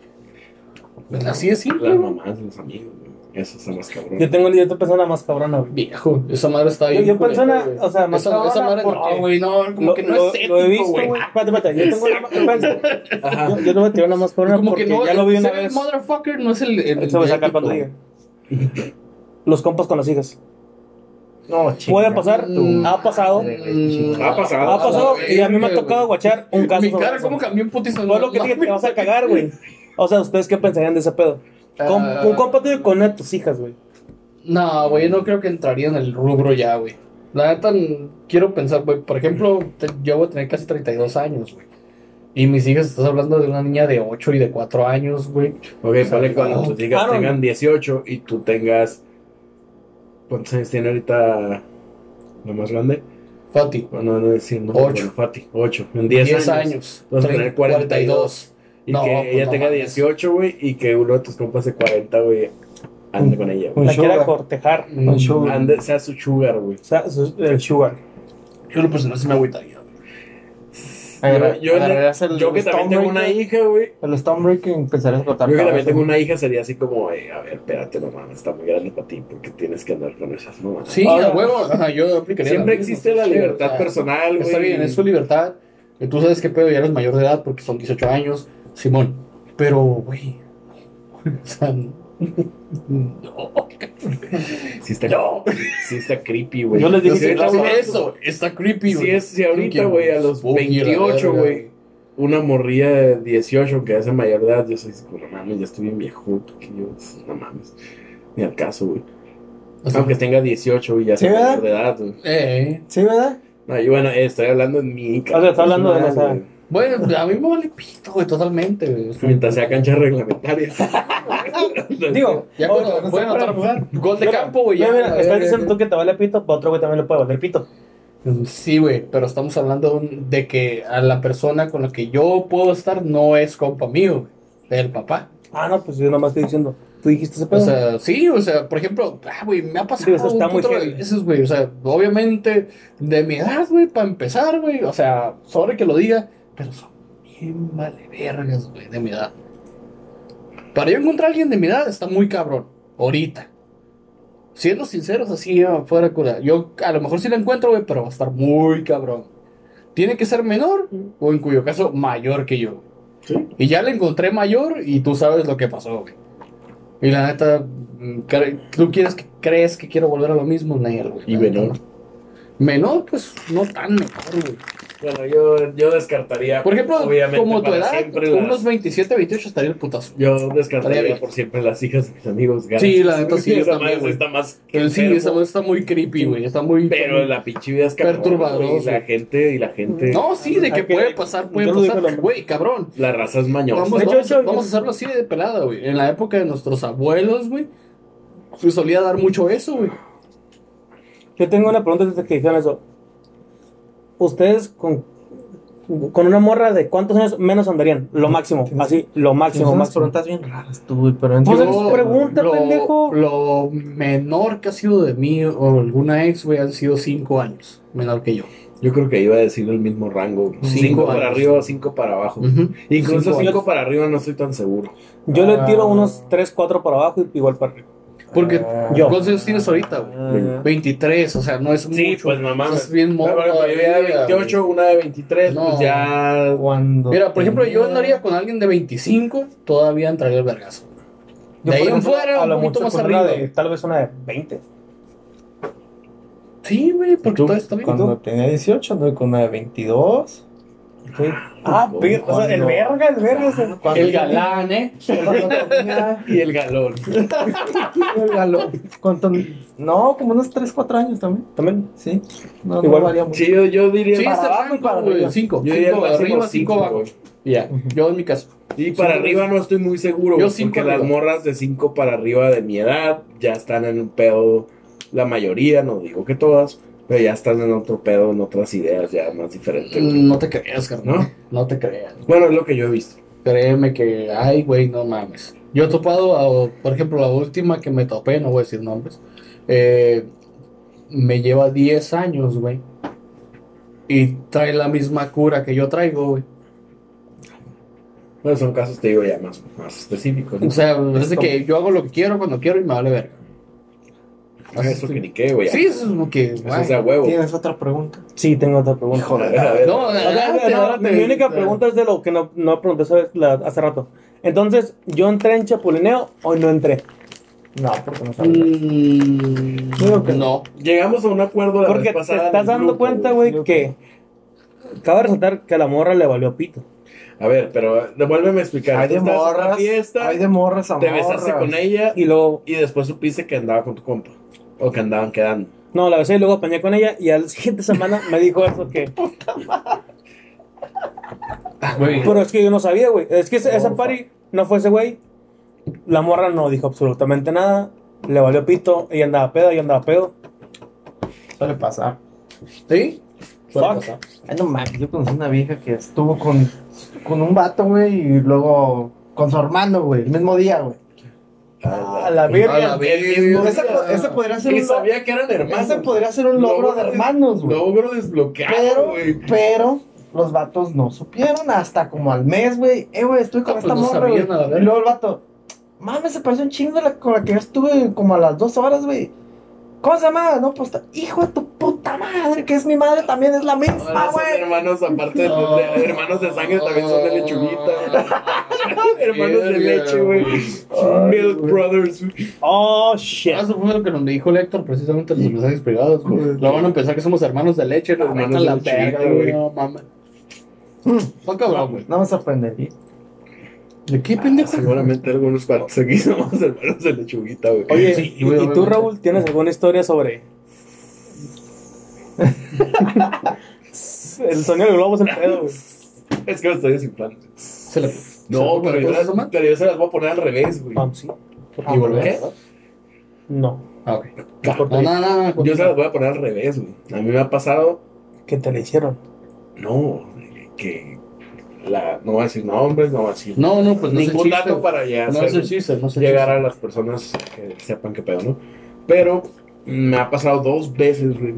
[SPEAKER 2] Pues así de simple,
[SPEAKER 1] Las
[SPEAKER 2] güey.
[SPEAKER 1] mamás, los amigos, güey. Esos son los cabrones.
[SPEAKER 4] yo tengo yo otra persona más cabrona, güey.
[SPEAKER 2] Viejo, esa madre está
[SPEAKER 4] Yo,
[SPEAKER 2] bien.
[SPEAKER 4] yo persona,
[SPEAKER 2] culera, güey.
[SPEAKER 4] o sea, más
[SPEAKER 2] esa, esa
[SPEAKER 4] cabrona
[SPEAKER 2] madre
[SPEAKER 4] porque
[SPEAKER 2] no, güey, no, como
[SPEAKER 4] lo-
[SPEAKER 2] que no
[SPEAKER 4] lo-
[SPEAKER 2] es ético,
[SPEAKER 4] lo he visto,
[SPEAKER 2] güey.
[SPEAKER 4] güey. Espérate, espérate, yo tengo una más
[SPEAKER 1] Ajá.
[SPEAKER 4] Yo, yo te voy a tirar una más cabrona
[SPEAKER 2] Como
[SPEAKER 4] porque
[SPEAKER 2] que no,
[SPEAKER 4] ya lo vi una
[SPEAKER 2] ser el
[SPEAKER 4] vez.
[SPEAKER 2] motherfucker no es el. el-
[SPEAKER 4] Eso va a sacar
[SPEAKER 2] el
[SPEAKER 4] cuando
[SPEAKER 2] ético.
[SPEAKER 4] diga. Los compas con las hijas.
[SPEAKER 3] No, chico.
[SPEAKER 4] Puede pasar,
[SPEAKER 2] Mm,
[SPEAKER 4] ha pasado.
[SPEAKER 1] Ha pasado.
[SPEAKER 2] Ah,
[SPEAKER 4] Ha pasado
[SPEAKER 2] la
[SPEAKER 4] y a mí me ha
[SPEAKER 2] verga,
[SPEAKER 4] tocado
[SPEAKER 2] güey.
[SPEAKER 4] guachar un caso.
[SPEAKER 2] Mi
[SPEAKER 4] sobre
[SPEAKER 2] cara,
[SPEAKER 4] eso.
[SPEAKER 2] ¿cómo cambió un putizo?
[SPEAKER 4] Fue lo que dije, te vas a cagar, güey. O sea, ¿ustedes qué pensarían de ese pedo? Con-
[SPEAKER 2] Ah.
[SPEAKER 4] un compa tuyo con una de tus hijas, güey.
[SPEAKER 2] No, güey, no creo que entraría en el rubro ya, güey. La neta, n- quiero pensar, güey. Por ejemplo, te- yo voy a tener casi 32 años, güey. Y mis hijas, estás hablando de una niña de 8 y de 4 años, güey.
[SPEAKER 1] Ok, vale, cuando
[SPEAKER 2] no.
[SPEAKER 1] tus hijas
[SPEAKER 4] Claro.
[SPEAKER 1] tengan 18 y tú tengas. ¿Cuántos años tiene ahorita la más grande?
[SPEAKER 2] Fati,
[SPEAKER 1] Bueno, no decir, no.
[SPEAKER 2] Ocho.
[SPEAKER 1] bueno, Fati, 8. En 10,
[SPEAKER 2] 10
[SPEAKER 1] años.
[SPEAKER 2] años.
[SPEAKER 1] Vas a
[SPEAKER 2] tre-
[SPEAKER 1] tener 42. Y
[SPEAKER 2] No,
[SPEAKER 1] que
[SPEAKER 2] pues
[SPEAKER 1] ella
[SPEAKER 2] no
[SPEAKER 1] tenga
[SPEAKER 2] mames.
[SPEAKER 1] 18, güey, y que uno de tus compas de 40, güey, ande con ella, güey.
[SPEAKER 3] Un
[SPEAKER 4] La quiera
[SPEAKER 3] sugar.
[SPEAKER 4] cortejar.
[SPEAKER 2] Mm,
[SPEAKER 3] show.
[SPEAKER 1] Ande, sea su sugar, güey.
[SPEAKER 4] O sea, su- el sugar.
[SPEAKER 2] Yo lo personal sí me agüitaría, güey.
[SPEAKER 1] Yo,
[SPEAKER 3] Agarra-
[SPEAKER 1] yo,
[SPEAKER 3] agarrarías el
[SPEAKER 1] yo que también tengo una
[SPEAKER 3] Stonebreaker.
[SPEAKER 1] hija, güey.
[SPEAKER 3] El Stonebreak empezarías a cortar
[SPEAKER 1] Yo que también
[SPEAKER 3] cabezas.
[SPEAKER 1] tengo una hija, sería así como, eh, a ver, espérate, no mames, está muy grande para ti, porque tienes que andar con esas mamadas.
[SPEAKER 2] Sí,
[SPEAKER 4] Ahora-
[SPEAKER 2] a huevo. Ajá, yo aplicaría.
[SPEAKER 1] Siempre
[SPEAKER 2] misma,
[SPEAKER 1] existe
[SPEAKER 2] sí,
[SPEAKER 1] la
[SPEAKER 2] o sea,
[SPEAKER 1] libertad personal, güey.
[SPEAKER 2] Está bien, es su libertad. que Tú sabes qué pedo, ya eres mayor de edad porque son 18 años, Simón. Pero, güey. O sea, no.
[SPEAKER 1] Sí está,
[SPEAKER 2] No.
[SPEAKER 1] sí está creepy, güey.
[SPEAKER 4] Yo les dije
[SPEAKER 1] Sí,
[SPEAKER 4] que
[SPEAKER 1] la-
[SPEAKER 4] estaba-
[SPEAKER 2] Eso, está creepy,
[SPEAKER 1] Sí,
[SPEAKER 2] güey.
[SPEAKER 1] es- sí, ahorita, güey, a los
[SPEAKER 2] Spooky,
[SPEAKER 1] 28,
[SPEAKER 2] la verga,
[SPEAKER 1] güey. Una morrilla de 18, que hace mayor de edad, yo soy como, no mames, ya estoy bien viejo, que yo, no mames. Ni al caso, güey.
[SPEAKER 2] O sea,
[SPEAKER 1] Aunque tenga 18 y ya
[SPEAKER 3] ¿Sí,
[SPEAKER 1] sea
[SPEAKER 3] verdad?
[SPEAKER 1] mayor de edad, güey.
[SPEAKER 2] eh,
[SPEAKER 3] Sí, ¿verdad?
[SPEAKER 1] No, yo bueno, eh, estoy hablando en mi
[SPEAKER 4] O sea, está hablando de la-
[SPEAKER 1] güey.
[SPEAKER 2] bueno, a mí me vale pito, güey, totalmente, güey. Es un-
[SPEAKER 1] Mientras sea cancha reglamentaria.
[SPEAKER 4] Digo,
[SPEAKER 2] Ya
[SPEAKER 4] oye,
[SPEAKER 2] cuando
[SPEAKER 4] no
[SPEAKER 2] pueden
[SPEAKER 4] sé,
[SPEAKER 2] anotar
[SPEAKER 4] pero-
[SPEAKER 2] gol de
[SPEAKER 4] Mira,
[SPEAKER 2] campo, güey.
[SPEAKER 4] mira,
[SPEAKER 2] ya,
[SPEAKER 4] mira,
[SPEAKER 2] la
[SPEAKER 4] estás
[SPEAKER 2] verga,
[SPEAKER 4] diciendo tú
[SPEAKER 2] güey.
[SPEAKER 4] que te vale pito, para otro güey también le puede valer pito.
[SPEAKER 2] Sí, güey, pero estamos hablando de, un- de que a la persona con la que yo puedo estar no es compa mío, güey, el papá.
[SPEAKER 4] Ah, no, pues yo nomás estoy diciendo. Tú dijiste ese
[SPEAKER 2] O
[SPEAKER 4] pedo.
[SPEAKER 2] sea, sí, o sea, por ejemplo, ah, güey, me ha pasado
[SPEAKER 4] Sí, eso está
[SPEAKER 2] un
[SPEAKER 4] muy
[SPEAKER 2] putero de
[SPEAKER 4] heavy.
[SPEAKER 2] veces, güey, o sea, obviamente de mi edad, güey, para empezar, güey, o sea, sobre que lo diga, pero son bien vale vergas, güey, de mi edad. Para yo encontrar a alguien de mi edad está muy cabrón, ahorita. Siendo sinceros, así fuera cura. Yo a lo mejor sí la encuentro, güey, pero va a estar muy cabrón. Tiene que ser menor o en cuyo caso mayor que yo.
[SPEAKER 1] Sí.
[SPEAKER 2] Y ya la encontré mayor y tú sabes lo que pasó, güey. Y la neta, mm, cre- ¿tú quieres que, crees que quiero volver a lo mismo? Nel, güey.
[SPEAKER 1] Y
[SPEAKER 2] La
[SPEAKER 1] menor.
[SPEAKER 2] neta, no. Menor, pues no tan menor, güey.
[SPEAKER 1] Bueno, yo, yo descartaría.
[SPEAKER 2] Por ejemplo,
[SPEAKER 1] obviamente,
[SPEAKER 2] como tu
[SPEAKER 1] para
[SPEAKER 2] edad,
[SPEAKER 1] siempre las-
[SPEAKER 2] unos 27, 28 estaría el putazo.
[SPEAKER 1] Yo descartaría
[SPEAKER 2] Estaría
[SPEAKER 1] por siempre las hijas de mis amigos. gays.
[SPEAKER 2] Sí, la neta, sí, yo
[SPEAKER 1] Esa
[SPEAKER 2] también,
[SPEAKER 1] madre
[SPEAKER 2] güey.
[SPEAKER 1] está más. que
[SPEAKER 2] Pero sí,
[SPEAKER 1] enfermo.
[SPEAKER 2] está, está muy creepy, güey. Está muy.
[SPEAKER 1] Pero la pinche vida es cabrón,
[SPEAKER 2] Perturbador,
[SPEAKER 1] güey, y La
[SPEAKER 2] güey.
[SPEAKER 1] gente y la gente.
[SPEAKER 2] No, sí, de que
[SPEAKER 4] Aquel-
[SPEAKER 2] puede pasar, puede
[SPEAKER 4] yo lo digo
[SPEAKER 2] pasar.
[SPEAKER 4] la-
[SPEAKER 2] Güey, cabrón.
[SPEAKER 1] La raza es mañosa.
[SPEAKER 2] Vamos,
[SPEAKER 4] De hecho,
[SPEAKER 2] vamos,
[SPEAKER 4] eso-
[SPEAKER 2] vamos a hacerlo así de pelada, güey. En la época de nuestros abuelos, güey, se solía dar mucho eso, güey.
[SPEAKER 4] Yo tengo una pregunta desde que dijeron eso. ¿Ustedes con, con una morra de cuántos años menos andarían? Lo máximo, así, lo
[SPEAKER 3] Tienes
[SPEAKER 4] máximo,
[SPEAKER 3] unas
[SPEAKER 4] máximo.
[SPEAKER 3] preguntas bien raras tú, güey, pero en
[SPEAKER 4] Pues
[SPEAKER 3] qué
[SPEAKER 4] es
[SPEAKER 3] buscas,
[SPEAKER 4] pregunta.
[SPEAKER 2] lo,
[SPEAKER 4] pendejo.
[SPEAKER 2] Lo menor que ha sido de mí o alguna ex, güey, han sido cinco años menor que yo.
[SPEAKER 1] Yo creo que iba a decir el mismo rango.
[SPEAKER 2] Cinco
[SPEAKER 1] 5 para
[SPEAKER 2] años.
[SPEAKER 1] arriba, 5 para abajo.
[SPEAKER 2] Ujú.
[SPEAKER 1] Incluso
[SPEAKER 2] Cinco
[SPEAKER 1] 5
[SPEAKER 2] años.
[SPEAKER 1] para arriba no estoy tan seguro.
[SPEAKER 4] Yo le tiro
[SPEAKER 3] Ah.
[SPEAKER 4] unos 3, 4 para abajo y igual para arriba.
[SPEAKER 2] Porque,
[SPEAKER 4] Yo.
[SPEAKER 2] ¿cuántos años tienes ahorita, güey?
[SPEAKER 4] Ah.
[SPEAKER 2] 23, o sea, no es
[SPEAKER 1] Sí,
[SPEAKER 2] mucho.
[SPEAKER 1] pues no mames.
[SPEAKER 2] Estás bien
[SPEAKER 1] Pero,
[SPEAKER 2] morro.
[SPEAKER 1] bueno, pero yo ya de
[SPEAKER 2] todavía,
[SPEAKER 1] 28, una de 23,
[SPEAKER 2] No.
[SPEAKER 1] pues ya.
[SPEAKER 3] Cuando
[SPEAKER 2] Mira, por ejemplo, yo
[SPEAKER 3] tenía-
[SPEAKER 2] andaría con alguien de 25, todavía entraría el vergazo.
[SPEAKER 4] Yo,
[SPEAKER 2] De ahí
[SPEAKER 4] por
[SPEAKER 2] en
[SPEAKER 4] ejemplo,
[SPEAKER 2] fuera,
[SPEAKER 4] a lo
[SPEAKER 2] un poquito
[SPEAKER 4] mucho
[SPEAKER 2] más
[SPEAKER 4] con una
[SPEAKER 2] arriba.
[SPEAKER 4] de- tal vez una de 20.
[SPEAKER 2] Sí, güey, porque
[SPEAKER 3] ¿Tú?
[SPEAKER 2] todo está bien.
[SPEAKER 3] Cuando tenía 18, anduve con una de 22.
[SPEAKER 4] Ah, pero, o sea, el
[SPEAKER 3] Cuando-
[SPEAKER 4] verga, el verga. o sea,
[SPEAKER 3] Cuando-
[SPEAKER 2] El galán, ¿eh?
[SPEAKER 3] Cuando tenía-
[SPEAKER 1] Y el galón.
[SPEAKER 3] el galón. Cuando- No, como unos 3, 4 años también.
[SPEAKER 4] También.
[SPEAKER 3] Sí. No, no
[SPEAKER 4] Igual.
[SPEAKER 3] varía mucho.
[SPEAKER 1] Sí, yo, yo diría.
[SPEAKER 2] Sí,
[SPEAKER 1] para
[SPEAKER 2] está
[SPEAKER 1] abajo y para
[SPEAKER 2] rango, güey.
[SPEAKER 1] arriba.
[SPEAKER 2] Cinco.
[SPEAKER 1] Yo diría
[SPEAKER 2] Cinco
[SPEAKER 1] máximo
[SPEAKER 2] arriba,
[SPEAKER 1] cinco,
[SPEAKER 2] cinco abajo.
[SPEAKER 1] güey.
[SPEAKER 2] Ya, yo en mi caso.
[SPEAKER 1] Y para
[SPEAKER 2] Cinco
[SPEAKER 1] arriba no estoy muy seguro,
[SPEAKER 2] Yo
[SPEAKER 1] güey,
[SPEAKER 2] cinco
[SPEAKER 1] porque las
[SPEAKER 2] arriba.
[SPEAKER 1] morras de 5 para arriba de mi edad ya están en un pedo, la mayoría, no digo que todas, pero ya están en otro pedo, en otras ideas ya más diferentes. güey.
[SPEAKER 2] Mm, No te creas, carnal.
[SPEAKER 1] ¿No?
[SPEAKER 2] ¿No? te creas.
[SPEAKER 1] Bueno, es lo que yo he visto.
[SPEAKER 2] Créeme que, ay, güey, no mames. Yo he topado, a- por ejemplo, la última que me topé, no voy a decir nombres, eh, me lleva 10 años, güey. Y trae la misma cura que yo traigo, güey.
[SPEAKER 1] Bueno, son casos, te digo, ya más, más específicos. ¿no?
[SPEAKER 2] O sea, es de que yo hago lo que quiero cuando quiero y me vale verga.
[SPEAKER 1] eso que ni qué, güey.
[SPEAKER 2] Sí, eso es lo que.
[SPEAKER 1] Eso
[SPEAKER 2] güey.
[SPEAKER 1] es a huevo.
[SPEAKER 3] ¿Tienes otra pregunta?
[SPEAKER 4] Sí, tengo otra pregunta.
[SPEAKER 1] A ver, a ver.
[SPEAKER 2] No,
[SPEAKER 4] O sea,
[SPEAKER 2] adelante,
[SPEAKER 4] no,
[SPEAKER 2] adelante.
[SPEAKER 4] mi única pregunta es de lo que no, no pregunté sobre la- hace rato. Entonces, ¿yo entré en Chapulineo o no entré?
[SPEAKER 3] No, porque no sabes.
[SPEAKER 2] Mm,
[SPEAKER 3] Digo que
[SPEAKER 2] no.
[SPEAKER 1] Llegamos a un acuerdo la vez
[SPEAKER 4] Porque te
[SPEAKER 1] pasada en
[SPEAKER 4] estás
[SPEAKER 1] el
[SPEAKER 4] dando
[SPEAKER 1] grupo,
[SPEAKER 4] cuenta,
[SPEAKER 3] Yo
[SPEAKER 4] güey,
[SPEAKER 3] creo.
[SPEAKER 4] que. Cabe resaltar que a la morra le valió pito.
[SPEAKER 1] A ver, pero eh, devuélveme a explicar.
[SPEAKER 3] Hay
[SPEAKER 1] Tú
[SPEAKER 3] de
[SPEAKER 1] estabas en una
[SPEAKER 3] morras.
[SPEAKER 1] fiesta,
[SPEAKER 3] Hay de morras a
[SPEAKER 1] te besaste
[SPEAKER 3] morras.
[SPEAKER 1] con ella y,
[SPEAKER 4] Y luego.
[SPEAKER 1] y después supiste que andaba con tu compa. O que andaban quedando.
[SPEAKER 4] No, la besé y luego apañé con ella. Y a la siguiente semana me dijo eso que.
[SPEAKER 2] Güey,
[SPEAKER 4] Pero es que yo no sabía, güey. Es que ese- esa
[SPEAKER 3] Porfa.
[SPEAKER 4] party no fue ese güey. La morra no dijo absolutamente nada. Le valió pito. Ella andaba peda, yo andaba pedo.
[SPEAKER 3] Suele pasar.
[SPEAKER 2] ¿Sí? Puede
[SPEAKER 4] Fuck.
[SPEAKER 2] pasar.
[SPEAKER 3] Ay, no mames, yo conocí una vieja que estuvo con, con un vato, güey, y luego con su hermano, güey, el mismo día, güey.
[SPEAKER 1] Ah,
[SPEAKER 3] la
[SPEAKER 2] A la verga.
[SPEAKER 3] Ese, po- ese podría ser
[SPEAKER 1] Y
[SPEAKER 3] un logro,
[SPEAKER 1] sabía que eran hermanos.
[SPEAKER 3] ese podría ser un logro de hermanos, güey.
[SPEAKER 1] Logro desbloqueado,
[SPEAKER 3] Pero,
[SPEAKER 1] güey.
[SPEAKER 3] pero los vatos no supieron hasta como al mes, güey. Eh, güey, estuve con
[SPEAKER 2] Ah, pues
[SPEAKER 3] esta
[SPEAKER 2] no
[SPEAKER 3] morra, güey.
[SPEAKER 2] sabían, a la verga.
[SPEAKER 3] Y luego el vato, mames, se parece un chingo a la, con la que yo estuve como a las dos horas, güey. ¿Cómo se llama? No, pues, ta- hijo de tu puta madre, que es mi madre, también es la misma,
[SPEAKER 1] Ahora son
[SPEAKER 3] ah, güey.
[SPEAKER 1] hermanos, aparte de-
[SPEAKER 2] No.
[SPEAKER 1] de, de hermanos de sangre, también son de lechuguita. hermanos de leche, güey.
[SPEAKER 3] Ay,
[SPEAKER 1] Milk
[SPEAKER 3] güey.
[SPEAKER 1] Brothers, güey.
[SPEAKER 4] Oh, shit.
[SPEAKER 2] Ah, Eso fue lo que nos dijo el Héctor precisamente en los mensajes privados. güey.
[SPEAKER 3] Joder.
[SPEAKER 2] Luego van a pensar que somos hermanos de leche, nos
[SPEAKER 1] Hermanos
[SPEAKER 2] meten
[SPEAKER 1] de
[SPEAKER 2] la
[SPEAKER 1] leche,
[SPEAKER 2] verga,
[SPEAKER 1] güey.
[SPEAKER 2] güey. No mames. Está cabrón, güey. Ah,
[SPEAKER 3] No me sorprendería.
[SPEAKER 2] ¿De qué pendejo?
[SPEAKER 1] Seguramente algunos cuantos aquí somos hermanos de lechuguita, güey.
[SPEAKER 4] Oye,
[SPEAKER 2] Sí,
[SPEAKER 4] ¿y,
[SPEAKER 2] güey,
[SPEAKER 4] y tú,
[SPEAKER 2] obviamente.
[SPEAKER 4] Raúl, tienes alguna historia sobre.? el sonido del globo es el pedo, güey.
[SPEAKER 1] es que me estoy desinflando.
[SPEAKER 2] Se le-
[SPEAKER 1] No,
[SPEAKER 2] se le-
[SPEAKER 1] pero yo,
[SPEAKER 2] ¿cómo se
[SPEAKER 1] las,
[SPEAKER 2] llama?
[SPEAKER 1] pero yo se las voy a poner al revés, güey.
[SPEAKER 4] Ah, sí.
[SPEAKER 2] ¿Y volver?
[SPEAKER 1] ¿Qué?
[SPEAKER 4] No.
[SPEAKER 2] Ah, ok.
[SPEAKER 4] Por
[SPEAKER 2] No, no, no, no.
[SPEAKER 1] Yo se las voy a poner al revés, güey. A mí me ha pasado
[SPEAKER 4] que te le hicieron.
[SPEAKER 1] No, que la, no voy a decir nombres, no voy a decir
[SPEAKER 2] No, no, pues no es el
[SPEAKER 1] ningún
[SPEAKER 2] chiste.
[SPEAKER 1] dato para ya
[SPEAKER 2] No
[SPEAKER 1] hacer-
[SPEAKER 2] es el chiste, no es el
[SPEAKER 1] llegar
[SPEAKER 2] chiste.
[SPEAKER 1] a las personas que sepan qué pedo, ¿no? Pero me ha pasado dos veces, güey.